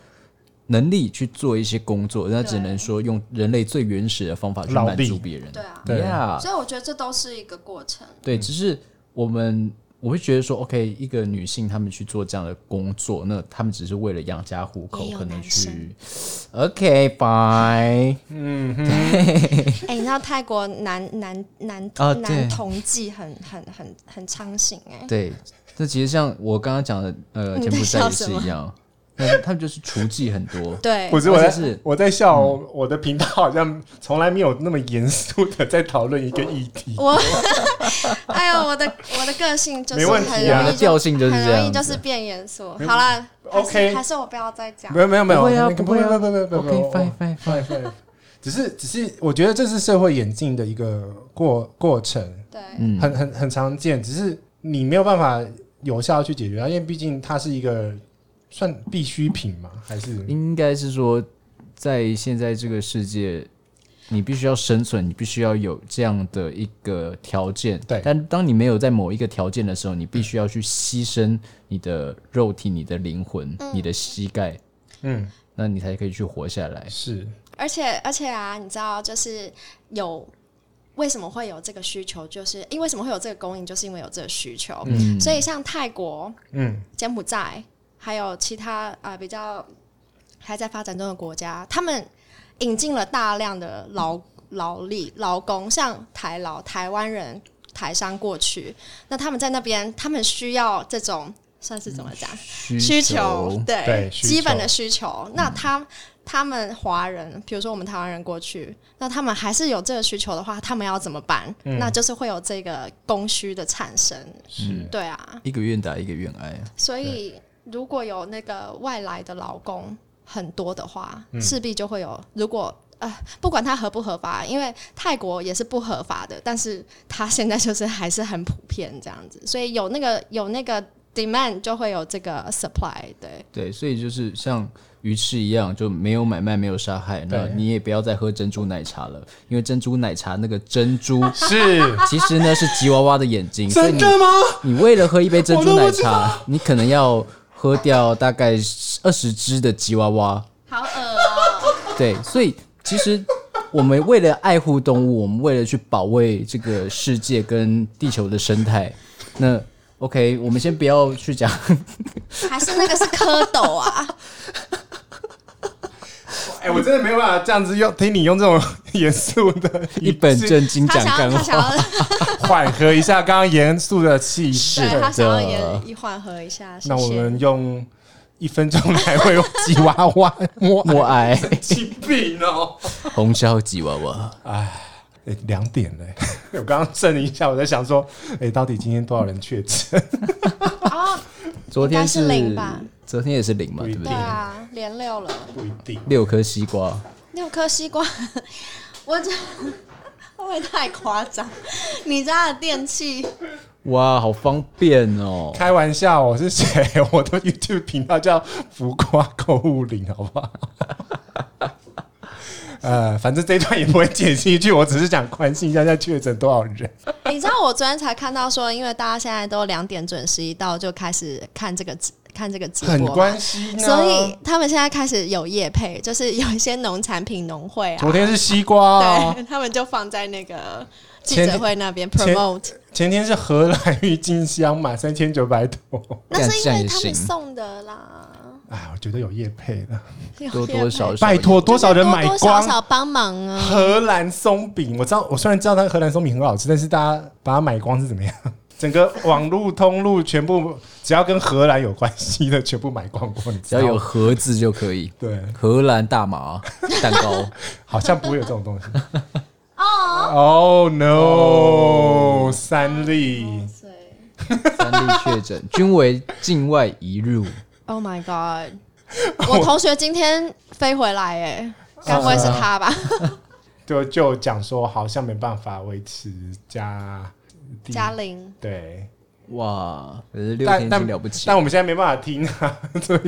[SPEAKER 1] 能力去做一些工作，那只
[SPEAKER 4] 对
[SPEAKER 1] 能说用人类最原始的方法去
[SPEAKER 2] 劳
[SPEAKER 1] 满
[SPEAKER 2] 力
[SPEAKER 1] 足别人。
[SPEAKER 4] 对啊
[SPEAKER 2] 对
[SPEAKER 1] Yeah
[SPEAKER 4] 所以我觉得这都是一个过程。
[SPEAKER 1] 对，只是我们我会觉得说，OK，一个女性她们去做这样的工作，那她们只是为了养家糊口
[SPEAKER 4] 也，有
[SPEAKER 1] 可能
[SPEAKER 4] 男生
[SPEAKER 1] 去 OK，bye。
[SPEAKER 2] 嗯哼，
[SPEAKER 4] 哎、你知道泰国男男男、
[SPEAKER 1] 啊对
[SPEAKER 4] 男同志很很很很昌行哎、嗯
[SPEAKER 1] 对，这其实像我刚刚讲的，呃，
[SPEAKER 4] 你
[SPEAKER 1] 柬
[SPEAKER 4] 在
[SPEAKER 1] 埔寨也
[SPEAKER 4] 笑
[SPEAKER 1] 是
[SPEAKER 4] 什么。
[SPEAKER 1] 一样，那他们就是厨技很多
[SPEAKER 4] 对
[SPEAKER 2] 不，是我
[SPEAKER 1] 而且
[SPEAKER 2] 在
[SPEAKER 1] 是
[SPEAKER 2] 我在笑，我的频道好像从来没有那么严肃的在讨论一个议题。
[SPEAKER 4] 我， <laughs> 哎呦，我的我的个性就是
[SPEAKER 2] 没
[SPEAKER 4] 很
[SPEAKER 2] 问
[SPEAKER 4] 容
[SPEAKER 2] 题
[SPEAKER 1] <laughs>
[SPEAKER 2] 啊
[SPEAKER 4] 易
[SPEAKER 1] 我们的
[SPEAKER 4] 就
[SPEAKER 1] 调性就是这
[SPEAKER 4] 很容易
[SPEAKER 1] 样
[SPEAKER 4] 就
[SPEAKER 1] 子
[SPEAKER 4] 是。变严肃。好啦还是
[SPEAKER 2] OK
[SPEAKER 4] 还是我不要再讲
[SPEAKER 2] 没。有没有没有，
[SPEAKER 1] 不会啊
[SPEAKER 2] 那个
[SPEAKER 1] 不会啊
[SPEAKER 2] 不不不不
[SPEAKER 1] OK，
[SPEAKER 2] 不不
[SPEAKER 1] fine fine fine。
[SPEAKER 2] 对，只是只是，我觉得这是社会演进的一个过过程，
[SPEAKER 4] 对，
[SPEAKER 1] 嗯，
[SPEAKER 2] 很很很常见，只是你没有办法有效地去解决它，因为毕竟它是一个算必需品嘛，还是
[SPEAKER 1] 应该是说，在现在这个世界，你必须要生存，你必须要有这样的一个条件。
[SPEAKER 2] 对
[SPEAKER 1] 但当你没有在某一个条件的时候，你必须要去牺牲你的肉体、你的灵魂、你的膝盖，
[SPEAKER 2] 嗯
[SPEAKER 1] 那你才可以去活下来。
[SPEAKER 2] 是
[SPEAKER 4] 而且而且啊，你知道，就是有为什么会有这个需求，就是因为什么会有这个供应，就是因为有这个需求。
[SPEAKER 1] 嗯，
[SPEAKER 4] 所以像泰国、
[SPEAKER 2] 嗯
[SPEAKER 4] 柬埔寨还有其他啊、呃比较还在发展中的国家，他们引进了大量的劳劳力劳工，像台劳台湾人台商过去，那他们在那边，他们需要这种算是怎么讲？
[SPEAKER 1] 需
[SPEAKER 4] 需求，对
[SPEAKER 2] 对需
[SPEAKER 4] 基本
[SPEAKER 2] 求
[SPEAKER 4] 的需求。那他他们华人，比如说我们台湾人过去，那他们还是有这个需求的话，他们要怎么办？那就是会有这个供需的产生，
[SPEAKER 1] 嗯
[SPEAKER 2] 是
[SPEAKER 4] 对啊。
[SPEAKER 1] 一个愿打一个愿挨啊。
[SPEAKER 4] 所以如果有那个外来的劳工很多的话，势必就会有。如果呃，不管它合不合法，因为泰国也是不合法的，但是它现在就是还是很普遍这样子，所以有那个有那个 demand 就会有这个 supply，对。
[SPEAKER 1] 对，所以就是像鱼翅一样，就没有买卖，没有杀害。那
[SPEAKER 2] 对
[SPEAKER 1] 你也不要再喝珍珠奶茶了，因为珍珠奶茶那个珍珠
[SPEAKER 2] 是，
[SPEAKER 1] 其实呢是吉娃娃的眼睛，所以
[SPEAKER 2] 真
[SPEAKER 1] 你
[SPEAKER 2] 的吗？
[SPEAKER 1] 你为了喝一杯珍
[SPEAKER 2] 我
[SPEAKER 1] 珠
[SPEAKER 2] 都不
[SPEAKER 1] 奶
[SPEAKER 2] 知
[SPEAKER 1] 茶，你可能要喝掉大概二十只的吉娃娃。
[SPEAKER 4] 好恶哦、
[SPEAKER 1] 对，所以其实我们为了爱护动物，我们为了去保卫这个世界跟地球的生态，那 OK，我们先不要去讲
[SPEAKER 4] 还是那个是蝌蚪啊？
[SPEAKER 2] <laughs> <laughs> 哎，我真的没有办法这样子用听你用这 <laughs> 种严肃的
[SPEAKER 1] 一本
[SPEAKER 2] 语气
[SPEAKER 1] 正经
[SPEAKER 4] 他
[SPEAKER 1] 讲
[SPEAKER 4] 想
[SPEAKER 1] 干
[SPEAKER 4] 要，
[SPEAKER 1] 话
[SPEAKER 4] 他想。要，
[SPEAKER 2] 缓和一下刚刚严肃的气势。
[SPEAKER 4] 对他想要也
[SPEAKER 1] 的
[SPEAKER 4] 一缓和一下。谢
[SPEAKER 2] 那我
[SPEAKER 4] 谢
[SPEAKER 2] 们用一分钟来为吉
[SPEAKER 1] <laughs>
[SPEAKER 2] 娃娃摸
[SPEAKER 1] 默哀，
[SPEAKER 4] <laughs>
[SPEAKER 2] 疾病哦。
[SPEAKER 1] 红烧吉娃娃。
[SPEAKER 2] 哎，两点嘞！ <laughs> 我刚刚震了一下，我在想说，哎、到底今天多少人确诊？
[SPEAKER 4] 哦，
[SPEAKER 1] 昨天
[SPEAKER 4] 应该是零吧
[SPEAKER 1] 昨天也是零嘛，
[SPEAKER 2] 不
[SPEAKER 1] 对
[SPEAKER 2] 一定
[SPEAKER 1] 不
[SPEAKER 4] 对
[SPEAKER 1] 对？
[SPEAKER 4] 啊，连六了，
[SPEAKER 2] 不一定。
[SPEAKER 1] 六颗西瓜，
[SPEAKER 4] 六颗西瓜，我这会不会太夸张？你家的电器
[SPEAKER 1] 哇，好方便哦！
[SPEAKER 2] 开玩笑，我是谁？ <laughs> 我的 YouTube 频道叫“浮夸购物林”，好不好？呃，反正这一段也不会剪进去，我只是想关心一下，现在确诊多少人。
[SPEAKER 4] 你知道我昨天才看到说，因为大家现在都两点准时一到就开始看这个直看这个直播嘛，
[SPEAKER 2] 很关心、啊，
[SPEAKER 4] 所以他们现在开始有业配，就是有一些农产品农会啊，
[SPEAKER 2] 昨天是西瓜、哦，
[SPEAKER 4] 对他们就放在那个记
[SPEAKER 2] 前
[SPEAKER 4] 者会那边
[SPEAKER 2] 前
[SPEAKER 4] promote，
[SPEAKER 2] 前天是荷兰郁金香嘛，三千九百朵。
[SPEAKER 4] 那是
[SPEAKER 1] 这样
[SPEAKER 4] 因为
[SPEAKER 1] 也
[SPEAKER 4] 他
[SPEAKER 1] 行
[SPEAKER 4] 们送
[SPEAKER 2] <laughs>
[SPEAKER 4] 的啦。
[SPEAKER 2] 哎，我觉得有叶配的，
[SPEAKER 4] 有
[SPEAKER 1] 多
[SPEAKER 4] 业
[SPEAKER 1] 多
[SPEAKER 4] 配
[SPEAKER 1] 少少，
[SPEAKER 2] 拜托，多少人买
[SPEAKER 4] 多多
[SPEAKER 2] 光
[SPEAKER 4] 少？少帮忙
[SPEAKER 2] <laughs>
[SPEAKER 4] 啊？
[SPEAKER 2] 荷兰松饼，我知道，我虽然知道它荷兰松饼很好吃，但是大家把它买光是怎么样？整个网路通路全部只要跟荷兰有关系的，全部买光光，你知
[SPEAKER 1] 只
[SPEAKER 2] 道
[SPEAKER 1] 要
[SPEAKER 2] 吗
[SPEAKER 1] 有盒子就可以。
[SPEAKER 2] 对，
[SPEAKER 1] 荷兰大
[SPEAKER 4] <laughs>
[SPEAKER 1] 麻蛋糕，
[SPEAKER 2] 好像不会有这种东西。哦、no！三例，
[SPEAKER 1] 三例确诊，均为境外移入。
[SPEAKER 4] Oh my
[SPEAKER 2] <laughs>
[SPEAKER 4] god！我同学今天飞回来、哎，
[SPEAKER 2] 哦
[SPEAKER 4] 该不会是他吧？
[SPEAKER 2] 嗯就就讲说好像没办法维持家地
[SPEAKER 4] 嘉玲，
[SPEAKER 2] 对，
[SPEAKER 1] 哇，可是六
[SPEAKER 2] 但
[SPEAKER 1] 天已经
[SPEAKER 2] 但
[SPEAKER 1] 了不起
[SPEAKER 2] 但，我们现在没办法听啊，所以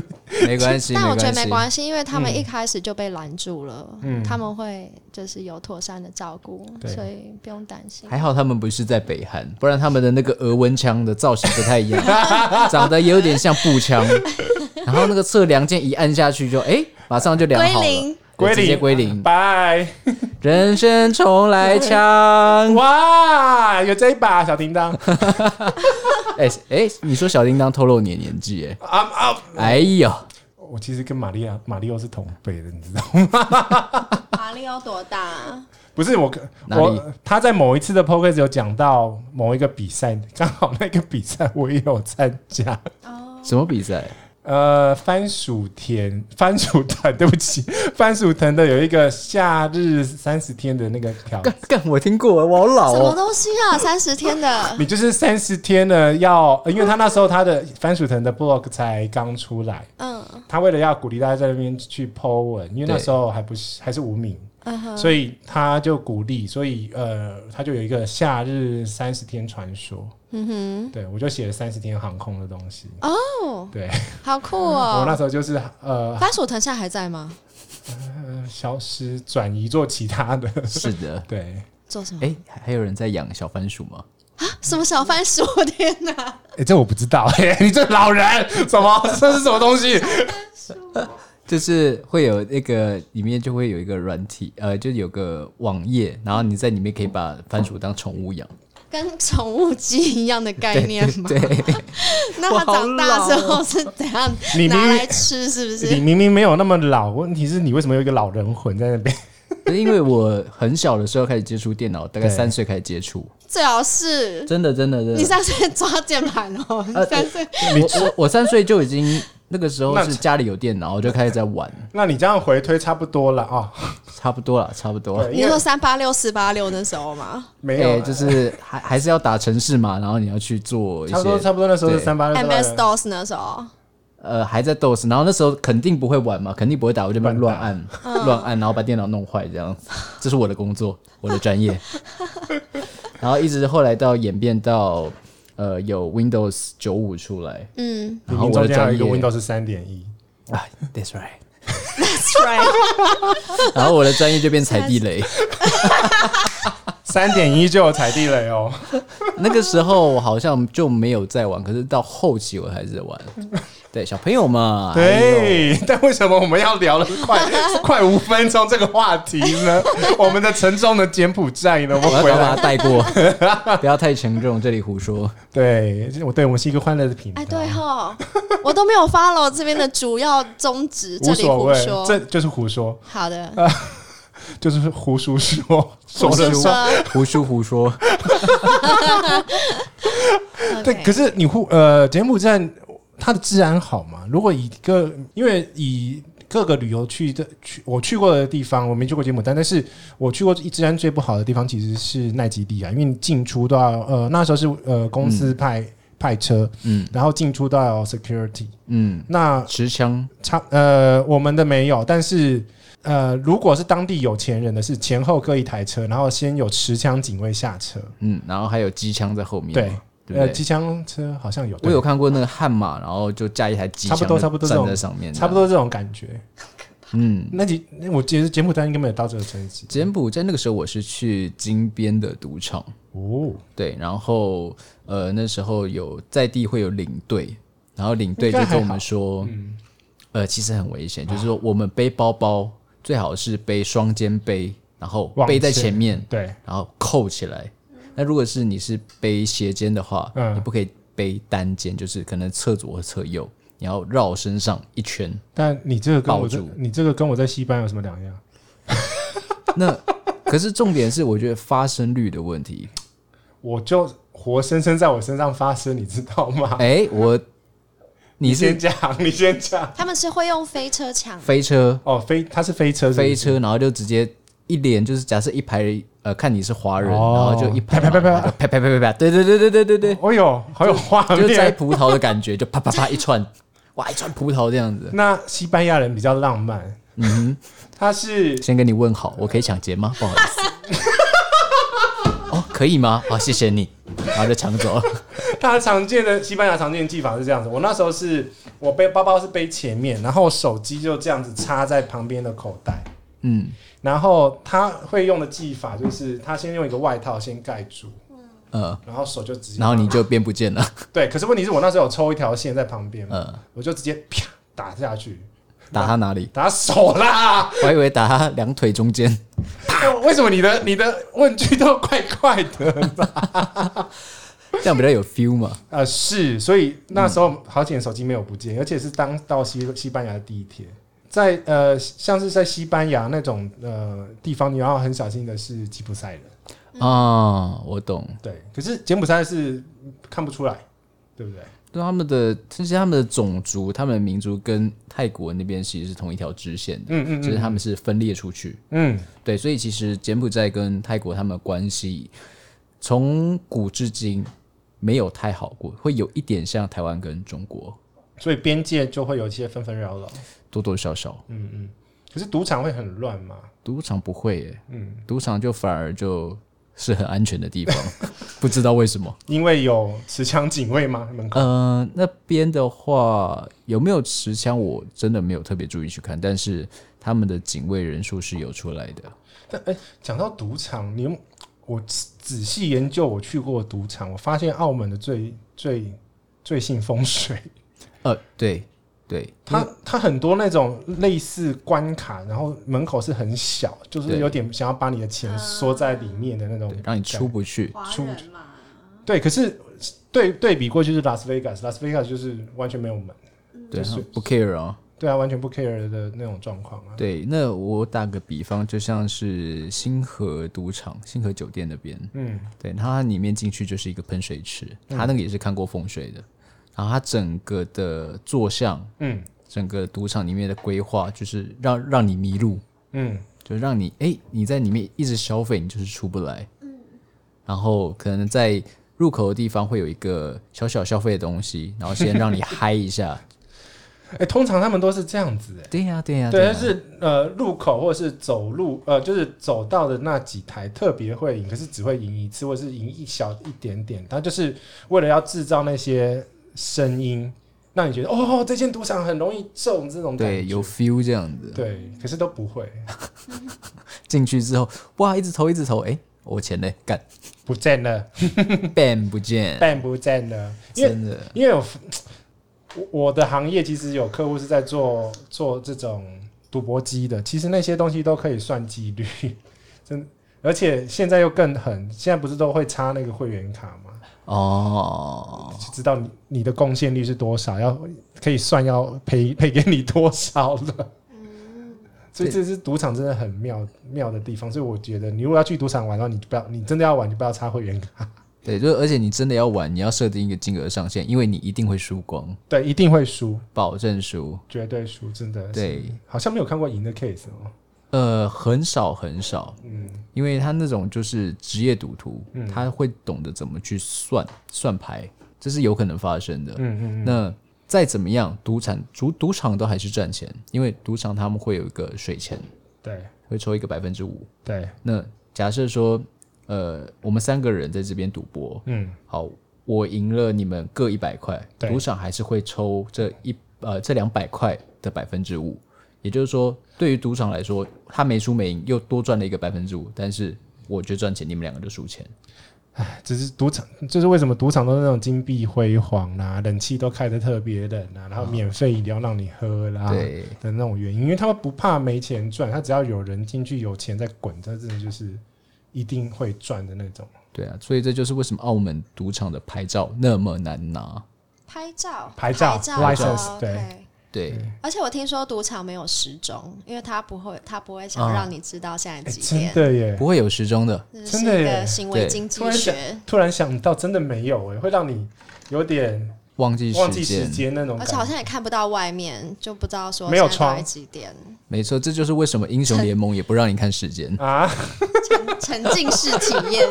[SPEAKER 1] 没关系，
[SPEAKER 4] 但我觉得
[SPEAKER 1] 没
[SPEAKER 4] 没
[SPEAKER 1] 系。嗯
[SPEAKER 4] 关系，因为他们一开始就被拦住了，
[SPEAKER 2] 嗯
[SPEAKER 4] 他们会就是有妥善的照顾，
[SPEAKER 2] 对
[SPEAKER 4] 所以不用担心。
[SPEAKER 1] 还好他们不是在北韩，不然他们的那个额温枪的造型不太一
[SPEAKER 4] <laughs>
[SPEAKER 1] 样，长得也有点像步枪，然后那个测量键一按下去就哎、马上就量好
[SPEAKER 4] 归
[SPEAKER 1] 了，
[SPEAKER 4] 零，
[SPEAKER 1] 对
[SPEAKER 2] 归
[SPEAKER 1] 直接
[SPEAKER 2] 零
[SPEAKER 1] 归零，
[SPEAKER 2] 拜
[SPEAKER 1] 人生重来枪。
[SPEAKER 2] 哇，有这一把小叮当
[SPEAKER 1] 哎哎、你说小叮当透露你的年纪哎、
[SPEAKER 2] 啊啊！
[SPEAKER 1] 哎呦，
[SPEAKER 2] 我其实跟玛利亚、马里奥是同辈的，你知道吗？
[SPEAKER 4] 马里奥多大？
[SPEAKER 2] 不是我，
[SPEAKER 1] 哪里
[SPEAKER 2] 我他在某一次的 p o c a s t 有讲到某一个比赛，刚好那个比赛我也有参加。
[SPEAKER 4] 哦，
[SPEAKER 1] 什么比赛？
[SPEAKER 2] 呃，番薯田番薯藤， <laughs> 对不起，番薯藤的有一个夏日三十天的那个
[SPEAKER 1] <laughs>
[SPEAKER 2] 条，
[SPEAKER 1] 干干，我听过，我好老
[SPEAKER 4] 什么
[SPEAKER 1] 哦。
[SPEAKER 4] 东西啊？三十天的
[SPEAKER 1] <laughs>
[SPEAKER 2] 你就是三十天呢，要，呃因为他那时候他的番薯藤的 blog 才刚出来，
[SPEAKER 4] 嗯
[SPEAKER 2] 他为了要鼓励大家在那边去 po 文，因为那
[SPEAKER 1] 对
[SPEAKER 2] 时候还不是还是无名，
[SPEAKER 4] 嗯哼，
[SPEAKER 2] 所以他就鼓励，所以呃，他就有一个夏日三十天传说，
[SPEAKER 4] 嗯
[SPEAKER 2] 对我就写了三十天航空的东西，
[SPEAKER 4] 哼，哦，
[SPEAKER 2] 对、
[SPEAKER 4] 好酷
[SPEAKER 2] 我
[SPEAKER 1] 嗯
[SPEAKER 2] 那
[SPEAKER 4] 哦！
[SPEAKER 2] 时候就是呃
[SPEAKER 4] 番薯藤现在还在吗？
[SPEAKER 2] 呃消失转移做其他的，
[SPEAKER 1] 是的，
[SPEAKER 2] 对。
[SPEAKER 4] 做什么？
[SPEAKER 1] 哎、还还有人在养小番薯吗？
[SPEAKER 4] 什么小番薯？我天哪！
[SPEAKER 2] 哎、这我不知道、哎， <laughs> 你这老人，什么？这是什么东西？
[SPEAKER 1] 就是会有那个里面就会有一个软体，呃，就有个网页，然后你在里面可以把番薯当宠
[SPEAKER 4] <laughs>
[SPEAKER 1] 物养。
[SPEAKER 4] 跟宠物鸡一样的概念吗？
[SPEAKER 1] 对，
[SPEAKER 4] <laughs> 那它长大之后是怎样
[SPEAKER 2] 哦 <laughs> 你明
[SPEAKER 4] 拿
[SPEAKER 2] 明
[SPEAKER 4] 来吃？是不
[SPEAKER 2] 你
[SPEAKER 4] 是？
[SPEAKER 2] 明明没有那么老，问题是你为什么有一个老人魂在那边？
[SPEAKER 1] 可是因为我很小的时候开始接触电脑，大概
[SPEAKER 2] 对
[SPEAKER 1] 三岁开始接触，
[SPEAKER 4] 最好是
[SPEAKER 1] 真的真的真
[SPEAKER 4] 你
[SPEAKER 1] 的。
[SPEAKER 4] 上次抓键盘哦， <laughs>
[SPEAKER 1] 呃
[SPEAKER 4] 三岁
[SPEAKER 1] 我我我三岁就已经那个时候
[SPEAKER 2] 那
[SPEAKER 1] 是家里有电脑，我就开始在玩，
[SPEAKER 2] <laughs> 那你这样回推差不多了啊、
[SPEAKER 1] 差不多了，差不多。
[SPEAKER 2] 对，
[SPEAKER 4] 你
[SPEAKER 2] 因
[SPEAKER 4] 说
[SPEAKER 2] 为
[SPEAKER 4] 三八六四八六那时候吗
[SPEAKER 2] 没有、
[SPEAKER 1] 哎，就是还还是要打城市嘛，然后你要去做一
[SPEAKER 2] 差不多，
[SPEAKER 1] 些
[SPEAKER 2] 差不多那时候是
[SPEAKER 1] 对
[SPEAKER 2] 三八六
[SPEAKER 4] ？MS DOS 那时候，
[SPEAKER 1] 呃还在 DOS，然后那时候肯定不会玩嘛，肯定不会打，我就乱乱按
[SPEAKER 4] 嗯
[SPEAKER 1] 乱按，然后把电脑弄坏这样子，这是我的工作，我的专业。 <laughs> 然后一直后来到演变到呃有 Windows 九五出来，
[SPEAKER 4] 嗯
[SPEAKER 2] 你
[SPEAKER 1] 然后
[SPEAKER 2] 们
[SPEAKER 1] 我
[SPEAKER 2] 中
[SPEAKER 1] 的
[SPEAKER 2] 间还
[SPEAKER 1] 专
[SPEAKER 2] 有一
[SPEAKER 1] 业 <laughs>
[SPEAKER 2] 个 Windows 哎三点一，
[SPEAKER 1] 啊，That's right。
[SPEAKER 4] ，That's right，
[SPEAKER 1] 然后我的专业就变踩地
[SPEAKER 4] <laughs>
[SPEAKER 1] 雷。
[SPEAKER 2] 三点一就有踩地雷哦。
[SPEAKER 1] 那个时候我好像就没有在玩，可是到后期我还是在玩。
[SPEAKER 4] 嗯
[SPEAKER 1] 对，小朋友嘛，哎呦，
[SPEAKER 2] 对， <laughs> 但为什么我们要聊了快快五分钟这个话题呢？我们的沉重的柬埔寨呢？我
[SPEAKER 1] 哎我要
[SPEAKER 2] 们回
[SPEAKER 1] 赶快
[SPEAKER 2] 来
[SPEAKER 1] 把它，带过， <laughs> 不要太沉重，这里胡说。
[SPEAKER 2] 对，我对我们是一个欢乐的频道，
[SPEAKER 4] 哎对吼，我都没有 follow 这边的主要宗旨，这
[SPEAKER 2] 无
[SPEAKER 4] 里
[SPEAKER 2] 所
[SPEAKER 4] 胡
[SPEAKER 2] 谓，这呃
[SPEAKER 4] 说。
[SPEAKER 2] 就是胡说。
[SPEAKER 4] 好的，
[SPEAKER 2] 就是胡叔说说
[SPEAKER 4] 我
[SPEAKER 2] 了
[SPEAKER 4] 是
[SPEAKER 2] 算。
[SPEAKER 4] 说，
[SPEAKER 1] 胡说胡说，
[SPEAKER 2] 对，
[SPEAKER 4] OK
[SPEAKER 2] 可是你胡呃柬埔寨它的治安好吗？如果以各因为以各个旅游去的去我去过的地方，我没去过柬埔寨，但是我去过治安最不好的地方其实是奈及利啊亚，因为你进出都要呃那时候是呃公司派、派车，
[SPEAKER 1] 嗯
[SPEAKER 2] 然后进出都要 security。
[SPEAKER 1] 嗯，
[SPEAKER 2] 那
[SPEAKER 1] 持枪
[SPEAKER 2] 差呃我们的没有，但是。呃，如果是当地有钱人的是前后各一台车，然后先有持枪警卫下车，
[SPEAKER 1] 嗯，然后还有机枪在后面
[SPEAKER 2] 对
[SPEAKER 1] 嘛，对
[SPEAKER 2] 呃，
[SPEAKER 1] 不对？
[SPEAKER 2] 机枪车好像有，
[SPEAKER 1] 我有看过那个悍马，然后就架一台机枪，
[SPEAKER 2] 差不多差不多这
[SPEAKER 1] 站
[SPEAKER 2] 种
[SPEAKER 1] 在上面，
[SPEAKER 2] 差不。多这种感觉。
[SPEAKER 1] 嗯，
[SPEAKER 2] 那你那我记得柬埔寨应该没有到这个层级
[SPEAKER 1] 柬埔寨那个时候我是去金边的赌场，
[SPEAKER 2] 哦，
[SPEAKER 1] 对，然后呃那时候有在地会有领队，然后领队就
[SPEAKER 2] 应该还
[SPEAKER 1] 跟
[SPEAKER 2] 好嗯
[SPEAKER 1] 我们说，呃其实很危险，就是说我们背包包最好是背双肩背，然后
[SPEAKER 2] 往
[SPEAKER 1] 背在
[SPEAKER 2] 前
[SPEAKER 1] 前面，
[SPEAKER 2] 对，
[SPEAKER 1] 然后扣起来。那如果是你是背斜肩的话，
[SPEAKER 2] 嗯
[SPEAKER 1] 你不可以背单肩，就是可能侧左和侧右，你要绕身上一圈。
[SPEAKER 2] 但你这个跟我
[SPEAKER 1] 抱
[SPEAKER 2] 这
[SPEAKER 1] 住
[SPEAKER 2] 你这个跟我在西班有什么两样？
[SPEAKER 1] 那 <laughs> 可是重点是，我觉得发生率的问题。
[SPEAKER 2] 我就活生生在我身上发生，你知道吗？
[SPEAKER 1] 哎、我你
[SPEAKER 2] 先
[SPEAKER 1] 是
[SPEAKER 2] 讲， <laughs> 你先讲。
[SPEAKER 4] 他们是会用飞车抢，
[SPEAKER 1] 飞车，
[SPEAKER 2] 哦，飞，他是飞车是不是，
[SPEAKER 1] 飞车，然后就直接一脸就是假设一排呃，看你是华人，
[SPEAKER 2] 哦
[SPEAKER 1] 然后就一排
[SPEAKER 2] 啪啪啪啪
[SPEAKER 1] 然后就啪啪啪啪啪，对对对对对对对，
[SPEAKER 2] 哦哟，好有画
[SPEAKER 1] 就摘
[SPEAKER 2] 面。
[SPEAKER 1] 葡萄的感觉，就啪啪啪一串，哇，一串葡萄这样子。
[SPEAKER 2] 那西班牙人比较浪漫，嗯， <laughs> 他是
[SPEAKER 1] 先跟你问好，我可以抢劫吗？不好意思。哦，可以吗？好，谢谢你。然后就抢走。
[SPEAKER 2] 它常见的西班牙常见的技法是这样子，我那时候是我背包包是背前面，然后手机就这样子插在旁边的口袋，
[SPEAKER 1] 嗯
[SPEAKER 2] 然后他会用的技法就是他先用一个外套先盖住，
[SPEAKER 1] 呃，
[SPEAKER 2] 然后手就直接，
[SPEAKER 1] 然后你就变不见了。
[SPEAKER 2] 对，可是问题是我那时候有抽一条线在旁边嘛，
[SPEAKER 1] 呃，
[SPEAKER 2] 我就直接啪打下去，
[SPEAKER 1] 打他哪里？
[SPEAKER 2] 打手啦！ <laughs>
[SPEAKER 1] 我还以为打他两腿中间。
[SPEAKER 2] 为什么你的你的问句都怪怪的？
[SPEAKER 1] 这样比较有 feel 嘛。
[SPEAKER 2] 呃，是，所以那时候好险手机没有不见，而且是当到西西班牙的地铁，在呃像是在西班牙那种呃地方，你要很小心的是吉普赛人，
[SPEAKER 1] 哦，我懂。
[SPEAKER 2] 对，可是柬埔寨是看不出来，对不对？
[SPEAKER 1] 对他们的，其实他们的种族、他们的民族跟泰国那边其实是同一条支线的，
[SPEAKER 2] 嗯嗯
[SPEAKER 1] 只是他们是分裂出去。
[SPEAKER 2] 嗯，
[SPEAKER 1] 对，所以其实柬埔寨跟泰国他们的关系从古至今没有太好过，会有一点像台湾跟中国，
[SPEAKER 2] 所以边界就会有一些纷纷扰扰，
[SPEAKER 1] 多多少少。
[SPEAKER 2] 嗯嗯，可是赌场会很乱嘛，
[SPEAKER 1] 赌场不会耶，
[SPEAKER 2] 嗯，
[SPEAKER 1] 赌场就反而就是很安全的
[SPEAKER 2] <laughs>
[SPEAKER 1] 地方，不知道为什么。
[SPEAKER 2] 因为有持枪警卫吗？门口？
[SPEAKER 1] 呃，那边的话有没有持枪，我真的没有特别注意去看，但是他们的警卫人数是有出来的。
[SPEAKER 2] 讲到赌场，你有我仔仔细研究我去过的赌场，我发现澳门的最最最信风水，
[SPEAKER 1] 呃，对对，
[SPEAKER 2] 它它很多那种类似关卡，然后门口是很小，就是
[SPEAKER 1] 对
[SPEAKER 2] 有点想要把你的钱缩在里面的那种
[SPEAKER 1] 对，，让你出。不去。
[SPEAKER 4] 华
[SPEAKER 2] 出
[SPEAKER 4] 人嘛，
[SPEAKER 2] 对，可是对对比过去是拉斯维加斯，拉斯维加斯就是完全没有门，
[SPEAKER 1] 对
[SPEAKER 2] 就是，
[SPEAKER 1] 不 care 哦。
[SPEAKER 2] 对啊，完全不 care 的那种状况啊。
[SPEAKER 1] 对，那我打个比方，就像是星河赌场、星河酒店那边，
[SPEAKER 2] 嗯，
[SPEAKER 1] 对，它里面进去就是一个喷水池，它那个也是看过风水的。然后它整个的坐向，
[SPEAKER 2] 嗯
[SPEAKER 1] 整个赌场里面的规划，就是让让你迷路。
[SPEAKER 2] 嗯，
[SPEAKER 1] 就让你哎、你在里面一直消费，你就是出不来。然后可能在入口的地方会有一个小小消费的东西，然后先让你嗨一
[SPEAKER 2] <laughs>
[SPEAKER 1] 下。
[SPEAKER 2] 哎、通常他们都是这样子、哎。
[SPEAKER 1] 对呀、啊对呀、
[SPEAKER 2] 对，
[SPEAKER 1] 呀
[SPEAKER 2] 但是呃，路口或者是走路，呃，就是走到的那几台特别会赢，可是只会赢一次，或者是赢一小一点点。它就是为了要制造那些声音，让你觉得哦，这间赌场很容易中这种感觉。
[SPEAKER 1] 对有 feel 这样子。
[SPEAKER 2] 对，可是都不会，
[SPEAKER 1] 进去之后，哇，一直投一直投，哎、我钱嘞，干
[SPEAKER 2] 不见
[SPEAKER 1] <laughs>
[SPEAKER 2] 了，
[SPEAKER 1] ，bam 不见，
[SPEAKER 2] 但不见了， <laughs> 因为
[SPEAKER 1] 真的。
[SPEAKER 2] 因为我我我的行业其实有客户是在做做这种赌博机的，其实那些东西都可以算几率， <laughs> 真而且现在又更狠，现在不是都会插那个会员卡吗？
[SPEAKER 1] 哦，
[SPEAKER 2] 就知道你你的贡献率是多少，要可以算要赔 <laughs> 赔给你多少了。
[SPEAKER 1] 嗯
[SPEAKER 2] 所以这是赌场真的很妙妙的地方，所以我觉得你如果要去赌场玩的话，你就不要，你真的要玩就不要插会员卡，
[SPEAKER 1] 对，就而且你真的要玩，你要设定一个金额上限，因为你一定会输光，
[SPEAKER 2] 对，一定会输，
[SPEAKER 1] 保证输。
[SPEAKER 2] 绝对输，真的是。
[SPEAKER 1] 对，
[SPEAKER 2] 好像没有看过赢的 case 哦。
[SPEAKER 1] 呃，很少很少，
[SPEAKER 2] 嗯，
[SPEAKER 1] 因为他那种就是职业赌徒，
[SPEAKER 2] 嗯
[SPEAKER 1] 他会懂得怎么去算算牌，这是有可能发生的。
[SPEAKER 2] 嗯嗯嗯，
[SPEAKER 1] 那再怎么样，赌场赌赌场都还是赚钱，因为赌场他们会有一个水钱，
[SPEAKER 2] 对
[SPEAKER 1] 会抽一个百分之五。
[SPEAKER 2] 对，
[SPEAKER 1] 那假设说，呃，我们三个人在这边赌博，
[SPEAKER 2] 嗯
[SPEAKER 1] 好，我赢了你们各一百块，
[SPEAKER 2] 对
[SPEAKER 1] 赌场还是会抽这一呃这两百块的百分之五，也就是说，对于赌场来说，他没输没赢又多赚了一个百分之五，但是我就赚钱，你们两个就输钱。
[SPEAKER 2] 只是赌场，就是为什么赌场都是那种金碧辉煌啦、冷气都开的特别冷啊，然后免费饮料让你喝啦，
[SPEAKER 1] 对
[SPEAKER 2] 的那种原因，因为他们不怕没钱赚，他只要有人进去有钱在滚，他真的就是一定会赚的那种。
[SPEAKER 1] 对啊，所以这就是为什么澳门赌场的牌照那么难拿。
[SPEAKER 4] 拍照，
[SPEAKER 2] 拍照
[SPEAKER 4] 照
[SPEAKER 2] license，
[SPEAKER 4] 哦
[SPEAKER 2] 对
[SPEAKER 4] OK
[SPEAKER 1] 对，
[SPEAKER 4] 而且我听说赌场没有时钟，因为他不会，他不会想
[SPEAKER 1] 啊
[SPEAKER 4] 让你知道现在
[SPEAKER 2] 哎，
[SPEAKER 4] 几
[SPEAKER 2] 真
[SPEAKER 4] 点。
[SPEAKER 2] 的耶！
[SPEAKER 1] 不会有时钟的。
[SPEAKER 4] 这
[SPEAKER 2] 真
[SPEAKER 4] 是
[SPEAKER 2] 的
[SPEAKER 4] 一
[SPEAKER 2] 耶
[SPEAKER 4] 个行为
[SPEAKER 1] 对
[SPEAKER 4] 经
[SPEAKER 2] 突
[SPEAKER 4] 济
[SPEAKER 2] 然想
[SPEAKER 4] 学，
[SPEAKER 2] 突然想到，真的没有哎，会让你有点
[SPEAKER 1] 忘记
[SPEAKER 2] 忘记
[SPEAKER 1] 时
[SPEAKER 2] 时
[SPEAKER 1] 间，
[SPEAKER 2] 间那种
[SPEAKER 4] 而
[SPEAKER 2] 感
[SPEAKER 4] 且好
[SPEAKER 2] 觉。
[SPEAKER 4] 像也看不到外面，就不知道说
[SPEAKER 2] 没有
[SPEAKER 4] 现在到底
[SPEAKER 2] 窗
[SPEAKER 4] 几点，
[SPEAKER 1] 没错，这就是为什么英雄联盟也不让你看时间。
[SPEAKER 2] 啊，
[SPEAKER 4] 沉浸式体
[SPEAKER 2] <laughs>
[SPEAKER 4] 验。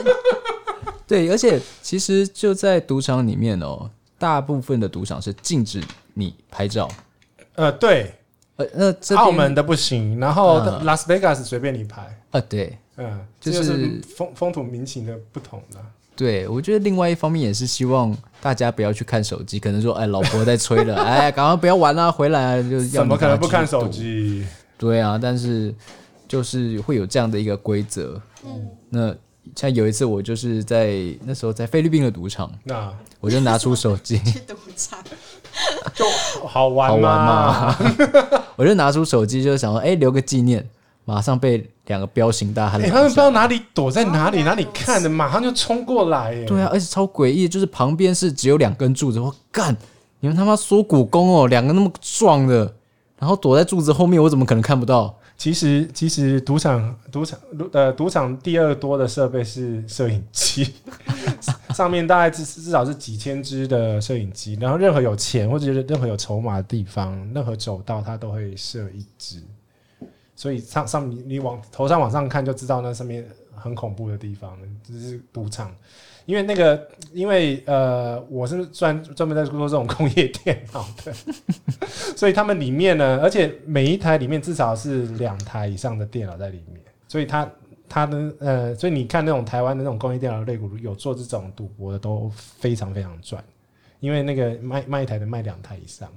[SPEAKER 1] 对，而且其实就在赌场里面哦，大部分的赌场是禁止你拍照。
[SPEAKER 2] 呃，对，
[SPEAKER 1] 呃，那这边
[SPEAKER 2] 澳门的不行，然后
[SPEAKER 1] 嗯
[SPEAKER 2] Las Vegas 随便你排，
[SPEAKER 1] 啊呃，对，
[SPEAKER 2] 嗯，
[SPEAKER 1] 就
[SPEAKER 2] 这就是风风土民情的不同了。
[SPEAKER 1] 对，我觉得另外一方面也是希望大家不要去看手机，可能说，哎，老婆在催了， <laughs> 哎，赶快不要玩啦、回来啊就是要
[SPEAKER 2] 怎
[SPEAKER 1] 你
[SPEAKER 2] 么可
[SPEAKER 1] 赶快
[SPEAKER 2] 能不看
[SPEAKER 1] 继续读
[SPEAKER 2] 手？机？
[SPEAKER 1] 对啊，但是就是会有这样的一个规则。嗯，那像有一次我就是在那时候在菲律宾的赌场，
[SPEAKER 2] 那
[SPEAKER 1] 我就拿出手机，
[SPEAKER 4] 去赌场，
[SPEAKER 2] 就好玩
[SPEAKER 1] 好玩
[SPEAKER 2] 吗？
[SPEAKER 1] 吗？我就拿出手机，就是想说，哎，留个纪念。马上被两个彪形大汉
[SPEAKER 2] 哎、
[SPEAKER 1] 拦
[SPEAKER 2] 他们不知
[SPEAKER 1] 下。
[SPEAKER 2] 道哪里躲在哪里，哪里看的，马上就冲过来、哎，
[SPEAKER 1] 对啊，而且超诡异，就是旁边是只有两根柱子，我干，你们他妈缩骨功哦，两个那么壮的，然后躲在柱子后面，我怎么可能看不到？
[SPEAKER 2] 其实其实赌场赌场呃赌场第二多的设备是摄影机， <laughs> 上面大概至至少是几千只的摄影机，然后任何有钱或者是任何有筹码的地方，任何走道它都会设一只，所以上上你你往头上往上看就知道那上面很恐怖的地方，就是赌场。因为那个，因为呃，我是专专门在做这种工业电脑的，所以他们里面呢，而且每一台里面至少是两台以上的电脑在里面，所以它它的呃，所以你看那种台湾的那种工业电脑类股，有做这种赌博的都非常非常赚，因为那个卖卖一台的卖两台以上，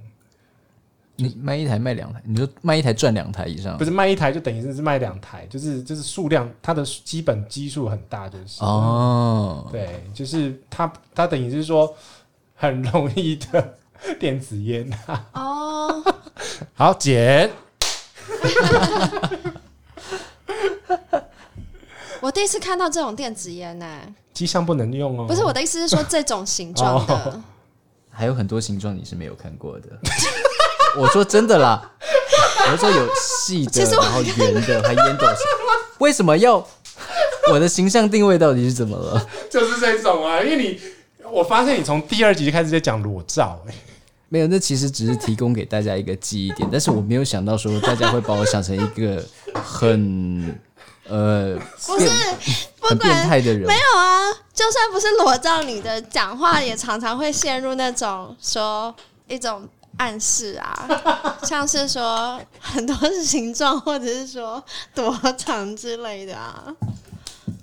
[SPEAKER 1] 你卖一台卖两台，你就卖一台赚两台以上
[SPEAKER 2] 不。是卖一台就等于是卖两台，就是就是数量它的基本基数很大，就是
[SPEAKER 1] 哦，
[SPEAKER 2] 对，就是它它等于是说很容易的 <laughs> 电子烟啊，
[SPEAKER 4] 哦，
[SPEAKER 2] 好剪。
[SPEAKER 4] 我第一次看到这种电子烟呢、
[SPEAKER 2] 机箱不能用哦，
[SPEAKER 4] 不是我的意思是说这种形状
[SPEAKER 2] 哦
[SPEAKER 4] 的，
[SPEAKER 1] 还有很多形状你是没有看过的。 <laughs> 我说真的啦，我说有细的，
[SPEAKER 4] 其实我
[SPEAKER 1] 然后圆的，还烟斗形。为什么要我的形象定位到底是怎么了？
[SPEAKER 2] 就是这种啊，因为你我发现你从第二集就开始在讲裸照、哎
[SPEAKER 1] 没有，那其实只是提供给大家一个记忆点，但是我没有想到说大家会把我想成一个很呃
[SPEAKER 4] 不是
[SPEAKER 1] 变
[SPEAKER 4] 不
[SPEAKER 1] 很变
[SPEAKER 4] 管
[SPEAKER 1] 态的人
[SPEAKER 4] 没。有啊，就算不是裸照，你的讲话也常常会陷入那种说一种暗示啊，像是说很多是形状，或者是说多长之类的啊，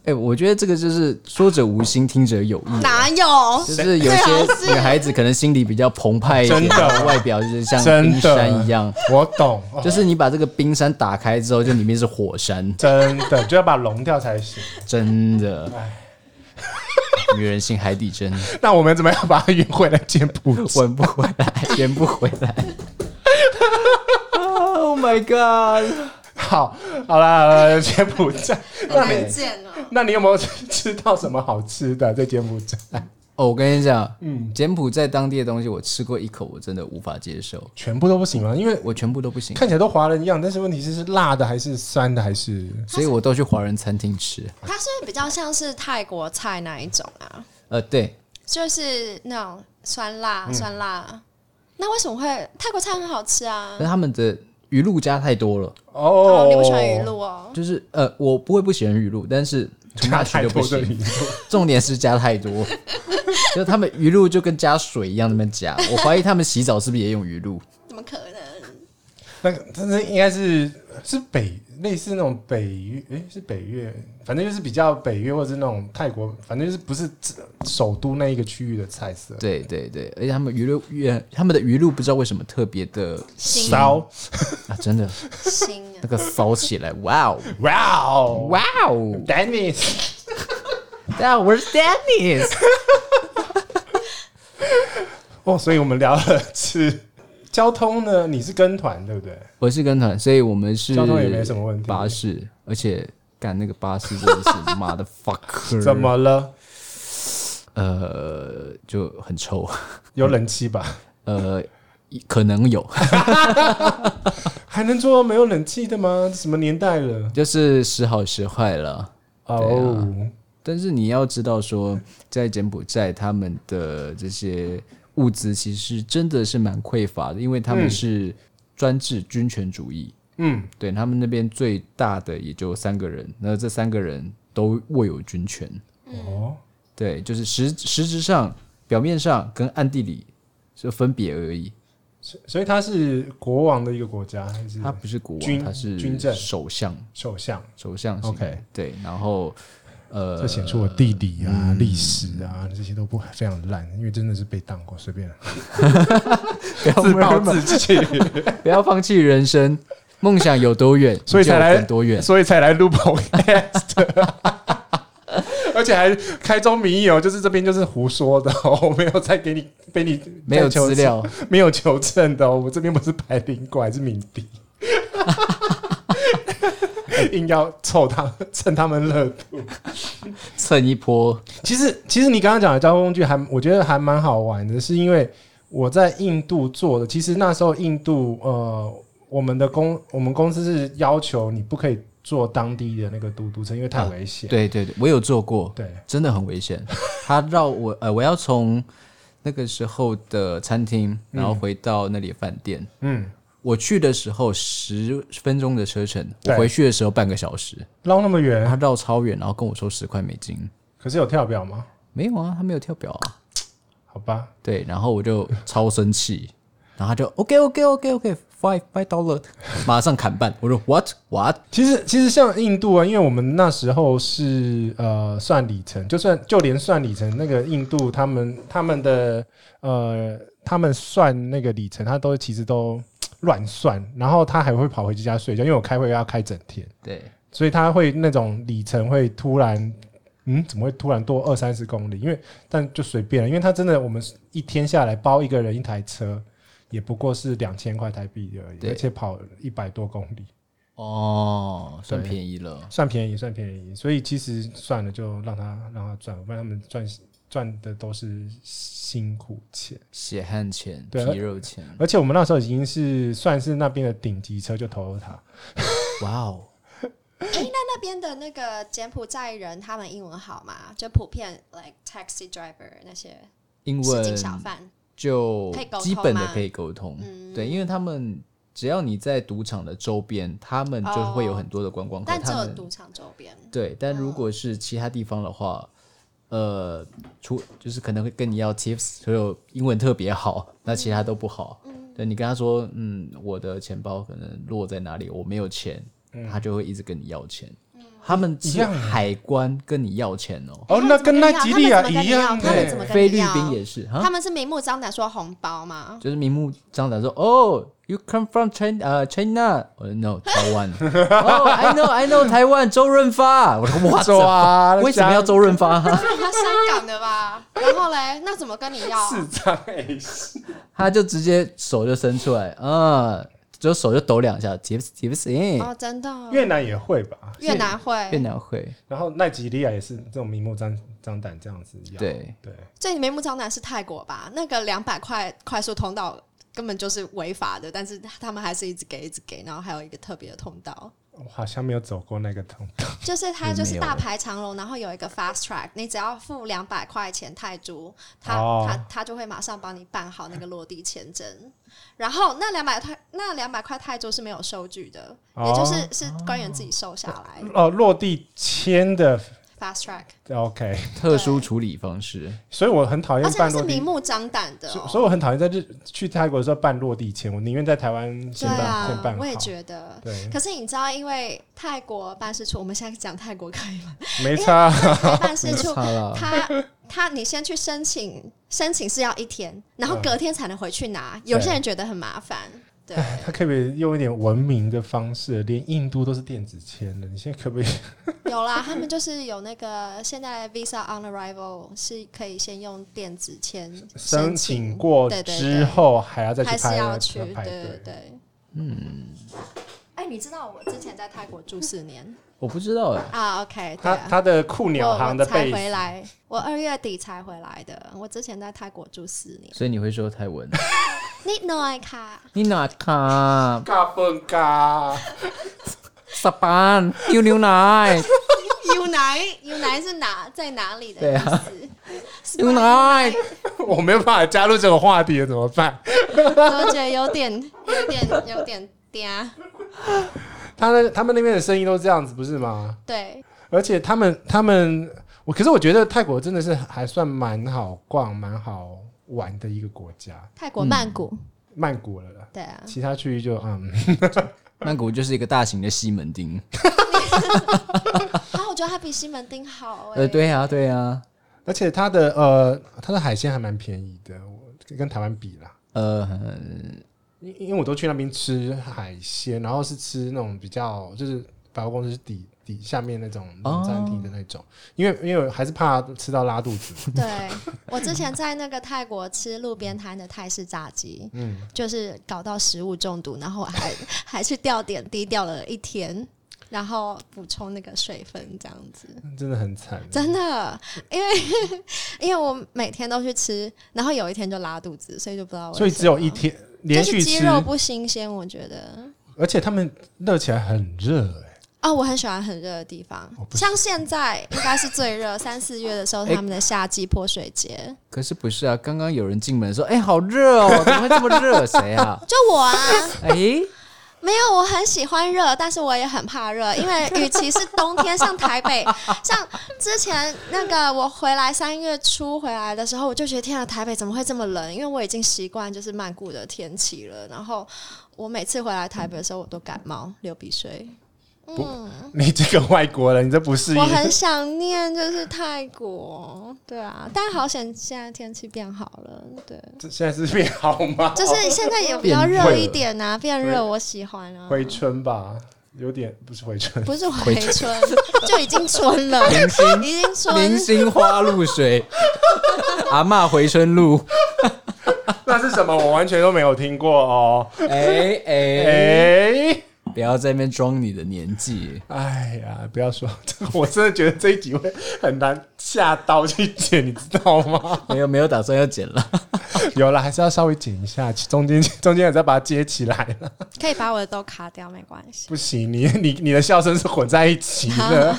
[SPEAKER 1] 哎、我觉得这个就是说者无心，听者有意。
[SPEAKER 2] <laughs>
[SPEAKER 4] 哪有？啊
[SPEAKER 1] 就是有些女孩子可能心里比较澎湃一点，
[SPEAKER 2] 真的
[SPEAKER 1] 外表就是像
[SPEAKER 2] 真
[SPEAKER 1] 冰
[SPEAKER 2] 的
[SPEAKER 1] 山一样，
[SPEAKER 2] 我懂，哦
[SPEAKER 1] 就是你把这个冰山打开之后，就里面是火山，
[SPEAKER 2] 真的就要把融掉才行。
[SPEAKER 1] 真的。女人心海底针，
[SPEAKER 2] 那我们怎么样把它运回来柬埔寨？
[SPEAKER 1] 滚不回来，圆不回来。Oh my god！
[SPEAKER 2] <laughs> 好，好啦，好啦柬埔寨。那
[SPEAKER 4] 很
[SPEAKER 2] 你
[SPEAKER 4] 贱哦、
[SPEAKER 2] 那你有没 <laughs> 有吃到什么好吃的在柬埔寨？
[SPEAKER 1] 哦，我跟你讲，
[SPEAKER 2] 嗯
[SPEAKER 1] 柬埔寨当地的东西我吃过一口，我真的无法接受，
[SPEAKER 2] 全部都不行吗？因为
[SPEAKER 1] 我全部都不行，
[SPEAKER 2] 看起来都华人一样，但是问题是是辣的还是酸的还是？
[SPEAKER 1] 所以我都去华人餐厅吃。
[SPEAKER 4] 它是比较像是泰国菜那一种啊，
[SPEAKER 1] 呃，对，
[SPEAKER 4] 就是那种酸辣、
[SPEAKER 1] 嗯
[SPEAKER 4] 酸辣。那为什么会泰国菜很好吃啊
[SPEAKER 1] 但？他们的鱼露加太多了。
[SPEAKER 4] 哦，你不喜欢鱼
[SPEAKER 2] <laughs>
[SPEAKER 4] 露哦？
[SPEAKER 1] 就是呃，我不会不喜欢鱼露，但是
[SPEAKER 2] 加
[SPEAKER 1] too much
[SPEAKER 2] 太
[SPEAKER 1] 就不
[SPEAKER 2] 多的
[SPEAKER 1] 行。
[SPEAKER 2] 鱼露，
[SPEAKER 1] 重点是加太
[SPEAKER 2] <laughs>
[SPEAKER 1] 多，就是他们鱼露就跟加水一样那么加。我怀疑他们洗澡是不是也用鱼露？
[SPEAKER 4] 怎么可能？
[SPEAKER 2] 那个但是应该是是北类似那种北越，诶、是北越，反正就是比较北越或者是那种泰国，反正就是不是首都那一个区域的菜色。
[SPEAKER 1] 对对对，而且他们鱼露鱼，他们的鱼露不知道为什么特别的
[SPEAKER 4] 腥
[SPEAKER 2] 骚，
[SPEAKER 1] 啊，真的
[SPEAKER 4] 腥啊
[SPEAKER 1] 那！个骚起来，哇哦
[SPEAKER 2] 哇哦，哇
[SPEAKER 1] 哇哦！
[SPEAKER 2] ，Dennis，
[SPEAKER 1] 大家好，我是 Dennis。
[SPEAKER 2] <laughs> 哦，所以我们聊了吃交通呢，你是跟团对不对？
[SPEAKER 1] 我是跟团，所以我们是
[SPEAKER 2] 交通也没什么问题
[SPEAKER 1] 巴士，而且干那个巴士真
[SPEAKER 2] <laughs>
[SPEAKER 1] 的是妈的 fuck，
[SPEAKER 2] 怎么了？
[SPEAKER 1] 呃就很臭，
[SPEAKER 2] 有冷气吧？ <laughs>
[SPEAKER 1] 呃可能有，
[SPEAKER 2] 还能做到没有冷气的吗？什么年代了？
[SPEAKER 1] 就是时好时坏了。
[SPEAKER 2] 哦，
[SPEAKER 1] 但是你要知道说，在柬埔寨他们的这些物资其实真的是蛮匮乏的，因为他们是专制军权主义，
[SPEAKER 2] 嗯，
[SPEAKER 1] 对他们那边最大的也就三个人，那这三个人都握有军权，
[SPEAKER 2] 哦，
[SPEAKER 1] 对，就是实实质上、表面上跟暗地里是分别而已，
[SPEAKER 2] 所所以他是国王的一个国家还是
[SPEAKER 1] 他不是国王，
[SPEAKER 2] 军
[SPEAKER 1] 他是
[SPEAKER 2] 军政
[SPEAKER 1] 首相，
[SPEAKER 2] 首相？
[SPEAKER 1] 首相型
[SPEAKER 2] OK <laughs>
[SPEAKER 1] 对，然后呃嗯
[SPEAKER 2] 这显出我地理啊、历史啊这些都不非常烂，因为真的是被当过，随
[SPEAKER 1] <laughs>
[SPEAKER 2] 便
[SPEAKER 1] 不要
[SPEAKER 2] 自暴
[SPEAKER 1] 放
[SPEAKER 2] 自弃，
[SPEAKER 1] 不要放弃人生，梦想有多远，
[SPEAKER 2] <laughs> 所以才来
[SPEAKER 1] 你就有多远。
[SPEAKER 2] 所以才来录 podcast，而且还开宗明义哦，就是这边就是胡说的、哦，我没有再给你被你
[SPEAKER 1] <laughs> 没有
[SPEAKER 2] 再求
[SPEAKER 1] 资料，
[SPEAKER 2] 没有求证的、哦，我这边不是白领馆，还是敏
[SPEAKER 1] <laughs>
[SPEAKER 2] 迪， <laughs> 硬要凑他趁他们热度。
[SPEAKER 1] <laughs> 蹭一
[SPEAKER 2] <laughs>
[SPEAKER 1] 波，
[SPEAKER 2] 其实，其实你刚刚讲的交通工具还，我觉得还蛮好玩的，是因为我在印度做的。其实那时候印度，呃，我们的公我们公司是要求你不可以坐当地的那个嘟嘟车，因为太危险。
[SPEAKER 1] 对对对，我有做过，
[SPEAKER 2] 对
[SPEAKER 1] 真的很危险。他绕我，呃，我要从那个时候的餐厅，然后回到那里的饭店。
[SPEAKER 2] 嗯，
[SPEAKER 1] 我去的时候十分钟的车程，我
[SPEAKER 2] 对
[SPEAKER 1] 回去的时候半个小时。
[SPEAKER 2] 绕那么
[SPEAKER 1] 他
[SPEAKER 2] 远，
[SPEAKER 1] 绕超远，然后跟我收十块美金。
[SPEAKER 2] 可是有跳表吗？
[SPEAKER 1] 没有啊，他没有跳表啊。
[SPEAKER 2] 好吧，
[SPEAKER 1] 对，然后我就超生气，然后他就 OK OK OK OK five five dollar，马上砍半。我说 What What？
[SPEAKER 2] 其实其实像印度啊，因为我们那时候是呃算里程，就算就连算里程，那个印度他们他们的呃他们算那个里程，他都其实都乱算，然后他还会跑回家睡觉，因为我开会要开整天，
[SPEAKER 1] 对，
[SPEAKER 2] 所以他会那种里程会突然。嗯，怎么会突然多二三十公里？因为但就随便了，因为他真的我们一天下来包一个人一台车，也不过是两千块台币而已，
[SPEAKER 1] 对
[SPEAKER 2] 而且跑一百多公里。
[SPEAKER 1] 哦，算
[SPEAKER 2] 对
[SPEAKER 1] 便宜了。
[SPEAKER 2] 算便宜，算便宜，所以其实算了，就让他让他赚，不然他们赚赚的都是辛苦钱。
[SPEAKER 1] 血汗钱、
[SPEAKER 2] 对
[SPEAKER 1] 皮肉
[SPEAKER 2] <laughs>
[SPEAKER 1] 钱，
[SPEAKER 2] 而且我们那时候已经是算是那边的顶级车，就 Toyota。
[SPEAKER 1] 哇哦！
[SPEAKER 4] 哎
[SPEAKER 1] <clears throat>
[SPEAKER 4] 那那边的那个柬埔寨人，他们英文好吗？就普遍 like taxi driver 那些
[SPEAKER 1] 英
[SPEAKER 4] 市
[SPEAKER 1] 文
[SPEAKER 4] 井小贩，
[SPEAKER 1] 就
[SPEAKER 4] 可以沟通
[SPEAKER 1] 基本的
[SPEAKER 4] 吗
[SPEAKER 1] 可以沟通，
[SPEAKER 4] 嗯
[SPEAKER 1] 对，因为他们只要你在赌场的周边，他们就是会有
[SPEAKER 4] 哦
[SPEAKER 1] 很多的观光客，
[SPEAKER 4] 但只
[SPEAKER 1] 他
[SPEAKER 4] 有
[SPEAKER 1] 们
[SPEAKER 4] 赌嗯场周边。
[SPEAKER 1] 对，但如果是其他地方的话，呃，除就是可能会跟你要 tips，所有英文特别
[SPEAKER 4] 嗯
[SPEAKER 1] 好，那其他都不好。对你跟他说，嗯，我的钱包可能落在哪里，我没有钱，他就会一直跟你要钱。
[SPEAKER 4] 嗯
[SPEAKER 1] 他们
[SPEAKER 2] 嗯一
[SPEAKER 1] 是
[SPEAKER 2] 样啊
[SPEAKER 1] 海关跟你要钱哦，
[SPEAKER 2] 哦，那跟奈吉利亚一样
[SPEAKER 4] 啊他们
[SPEAKER 2] 欸
[SPEAKER 4] 怎么跟
[SPEAKER 1] 菲
[SPEAKER 4] 你
[SPEAKER 1] 律
[SPEAKER 4] 要
[SPEAKER 1] 宾也是哈
[SPEAKER 4] 他，们是明目张胆说红包
[SPEAKER 1] 啊
[SPEAKER 4] 吗？
[SPEAKER 1] 就是明目张胆说，哦，you come from China，呃、China，我说 no 台湾， <laughs> 哦，I know I know 台湾周润发，我
[SPEAKER 4] <laughs>
[SPEAKER 1] 说哇
[SPEAKER 2] 走啊
[SPEAKER 1] 为什么要周润发？ <laughs>
[SPEAKER 4] 他香港的吧？然后嘞，那怎么跟你要？
[SPEAKER 2] 市场 A
[SPEAKER 1] 他就直接手就伸出来，啊，就手就抖两下，接不接不行。
[SPEAKER 4] 哦，真的哦，
[SPEAKER 2] 越南也会吧？
[SPEAKER 4] 越南会
[SPEAKER 1] 欸越，南会，
[SPEAKER 2] 然后奈吉利亚也是这种明目张张胆这样子要。
[SPEAKER 1] 对
[SPEAKER 2] 对，
[SPEAKER 4] 最明目张胆是泰国吧？那个两百块快速通道根本就是违法的，但是他们还是一直给，一直给，然后还有一个特别的通道，
[SPEAKER 2] 我好像没有走过那个通道。
[SPEAKER 4] 就是它
[SPEAKER 1] 嗯
[SPEAKER 4] 就是
[SPEAKER 1] 没有
[SPEAKER 4] 大排长龙，然后有一个 fast track，你只要付两百块钱泰铢，他
[SPEAKER 2] 哦
[SPEAKER 4] 他他就会马上帮你办好那个落地签证。然后那两百泰那两百块泰铢是没有收据的，
[SPEAKER 2] 哦
[SPEAKER 4] 也就是是官员自己收下来
[SPEAKER 2] 哦，落地签的
[SPEAKER 4] fast track，
[SPEAKER 2] OK，
[SPEAKER 1] 特殊处理方式，
[SPEAKER 2] 所以我很讨
[SPEAKER 4] 而
[SPEAKER 2] 厌
[SPEAKER 4] 且它
[SPEAKER 2] 办
[SPEAKER 4] 是
[SPEAKER 2] 落地
[SPEAKER 4] 明目张胆的
[SPEAKER 2] 所
[SPEAKER 4] 哦、
[SPEAKER 2] 以所以我很讨厌在日去泰国的时候办落地签，我宁愿在台湾先办、
[SPEAKER 4] 对
[SPEAKER 2] 先
[SPEAKER 4] 啊
[SPEAKER 2] 办，好。嗯
[SPEAKER 4] 我也觉得。
[SPEAKER 2] 对，
[SPEAKER 4] 可是你知道，因为泰国办事处，我们现在讲泰国可以
[SPEAKER 2] <laughs>
[SPEAKER 4] 哎吗？
[SPEAKER 2] 没差。
[SPEAKER 4] 办事
[SPEAKER 1] 没
[SPEAKER 4] 处
[SPEAKER 1] 差了。
[SPEAKER 4] 他他，你先去申请，申请是要一天，然
[SPEAKER 2] 嗯
[SPEAKER 4] 后隔天才能回去拿。有些人觉得很麻烦，对，
[SPEAKER 2] <laughs> 他可不可以用一点文明的方式？连印度都是电子签了，你现在可不可以？
[SPEAKER 4] 有啦，他们就是有那个现在 Visa on arrival 是可以先用电子签
[SPEAKER 2] 申
[SPEAKER 4] 请
[SPEAKER 2] 请过
[SPEAKER 4] 对对
[SPEAKER 2] 之
[SPEAKER 4] 对
[SPEAKER 2] 后还要再去
[SPEAKER 4] 还
[SPEAKER 2] 排
[SPEAKER 4] 是要
[SPEAKER 2] 要
[SPEAKER 4] 去，对
[SPEAKER 2] 排
[SPEAKER 4] 对
[SPEAKER 2] 队。
[SPEAKER 4] 对，嗯。哎、你知道我之前在泰国住
[SPEAKER 2] <laughs>
[SPEAKER 4] 四年
[SPEAKER 1] 我不知道哎，
[SPEAKER 4] 啊？OK，对
[SPEAKER 2] 他
[SPEAKER 4] 啊
[SPEAKER 2] 他的酷
[SPEAKER 4] 我
[SPEAKER 2] 鸟行的
[SPEAKER 4] 我才
[SPEAKER 2] 背
[SPEAKER 4] 回来，我二月底才回来的。我之前在泰国住四年。
[SPEAKER 1] 所以你会说泰文？ <laughs>
[SPEAKER 4] 你 no 爱卡，
[SPEAKER 1] 你哪卡？
[SPEAKER 2] 嘎嘣嘎，
[SPEAKER 1] 沙班丢牛奶，
[SPEAKER 4] 有奶有奶是哪在哪里的
[SPEAKER 1] 对
[SPEAKER 4] 意
[SPEAKER 1] 啊
[SPEAKER 4] 思？
[SPEAKER 1] 牛奶。
[SPEAKER 2] 我没有办法加入这个话题了，怎么办？
[SPEAKER 4] 我觉得有点有点有点嗲。
[SPEAKER 2] 他那他们那边的生意都这样子，不是吗？
[SPEAKER 4] 对，
[SPEAKER 2] 而且他们他们，我可是我觉得泰国真的是还算蛮好逛、蛮好玩的一个国家，
[SPEAKER 4] 泰国曼谷，
[SPEAKER 2] 嗯曼谷了啦。
[SPEAKER 4] 对啊，
[SPEAKER 2] 其他区域就嗯， <laughs>
[SPEAKER 1] 曼谷就是一个大型的西门町，
[SPEAKER 4] 然后我觉得它比西门町好哎、
[SPEAKER 1] 呃，对啊，对啊，
[SPEAKER 2] 而且它的呃，它的海鲜还蛮便宜的，我跟台湾比啦。
[SPEAKER 1] 呃，
[SPEAKER 2] 因因为我都去那边吃海鲜，然后是吃那种比较就是百货公司底底下面那种
[SPEAKER 1] 哦
[SPEAKER 2] 餐厅的那种，因为因为我还是怕吃到拉肚子。
[SPEAKER 4] 对，我之前在那个泰国吃路边摊的泰式炸鸡，
[SPEAKER 2] 嗯，
[SPEAKER 4] 就是搞到食物中毒，然后
[SPEAKER 2] <laughs>
[SPEAKER 4] 还还去吊点滴吊了一天，然后补充那个水分这样子。
[SPEAKER 2] 真的很惨。
[SPEAKER 4] 真的，因为
[SPEAKER 2] 嗯
[SPEAKER 4] 因为我每天都去吃，然后有一天就拉肚子，所以就不知道为什
[SPEAKER 2] 所
[SPEAKER 4] 么。
[SPEAKER 2] 以只有一天连
[SPEAKER 4] 就
[SPEAKER 2] 续
[SPEAKER 4] 是鸡
[SPEAKER 2] 吃，
[SPEAKER 4] 肉不新鲜，我觉得。
[SPEAKER 2] 而且他们热起来很热、欸，
[SPEAKER 4] 哦，我很喜欢很热的地方，
[SPEAKER 2] 哦
[SPEAKER 4] 像现在应该是最热，三四月的时候，
[SPEAKER 1] 哎
[SPEAKER 4] 他们的夏季泼水节，
[SPEAKER 1] 可是不是啊？刚刚有人进门说，哎、好热 <laughs> 哦，怎么会这么热？谁 <laughs> 啊？
[SPEAKER 4] 就我啊，
[SPEAKER 1] 哎、
[SPEAKER 4] 没有，我很喜欢热，但是我也很怕热，因为与其是冬天，像台北，像之前那个我回来三月初回来的时候，我就觉得天啊，台北怎么会这么冷？因为我已经习惯就是曼谷的天气了。然后我每次回来台北的时候，我都感冒流鼻水。嗯，
[SPEAKER 2] 你这个外国人，你这不适应
[SPEAKER 4] 我。很想念就是泰国，对啊，但好险现在天气变好了， <laughs> 对，
[SPEAKER 2] 这现在是变好吗？
[SPEAKER 4] 哦就是现在也比较
[SPEAKER 1] 变
[SPEAKER 4] 热
[SPEAKER 1] 热
[SPEAKER 4] 一点 <laughs> 啊，变热我喜欢啊。
[SPEAKER 2] 回春吧，有点不是回 <laughs> 春，
[SPEAKER 4] 不是回 <laughs> 春，就已经春了， <laughs> 已经
[SPEAKER 1] 明
[SPEAKER 4] 春。
[SPEAKER 1] 星花露 <laughs> 水，阿嬷回春露，
[SPEAKER 2] 那是什么？我完全都没有听过哦。
[SPEAKER 1] 哎、哎、
[SPEAKER 2] 哎、
[SPEAKER 1] 不要在那边装你的年纪。
[SPEAKER 2] 哎呀，不要说这个，我真的觉得这一集会很难下刀去剪，你知道吗？
[SPEAKER 1] <laughs> 没有没有打算要剪了，
[SPEAKER 2] <laughs> 有了，还是要稍微剪一下，中间 <laughs> 中间还是要把它接起来了。
[SPEAKER 4] 可以把我的都卡掉，没关系。
[SPEAKER 2] 不行，你你你的笑声是混在一起的。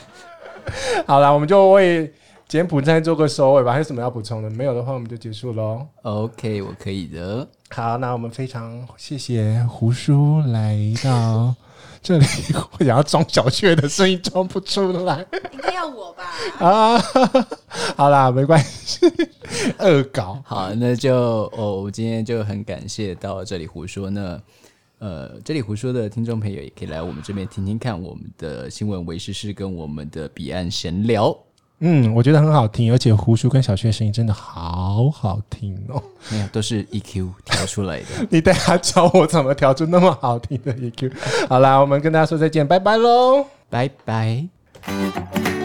[SPEAKER 2] <laughs> 好了，我们就为柬埔寨做个收尾吧。还有什么要补充的？没有的话，我们就结束喽。
[SPEAKER 1] OK，我可以的。
[SPEAKER 2] 好，那我们非常谢谢胡叔来到这里。我想要装小雀的声音装不出来
[SPEAKER 4] 应该要我吧？
[SPEAKER 2] 啊！ <laughs> 好啦，没关系，恶搞。
[SPEAKER 1] 好，那就哦，我今天就很感谢到这里胡说呢。呃，这里胡说的听众朋友也可以来我们这边听听看我们的新闻维师是跟我们的彼岸闲聊。
[SPEAKER 2] 嗯，我觉得很好听，而且胡叔跟小雀的声音真的好好听哦。
[SPEAKER 1] 没哎有，都是 EQ 调出来的。
[SPEAKER 2] 你等一下教我怎么调出那么好 E 听的 EQ。好啦，我们跟大家说再见，拜拜喽。
[SPEAKER 1] 拜拜。
[SPEAKER 2] 拜拜。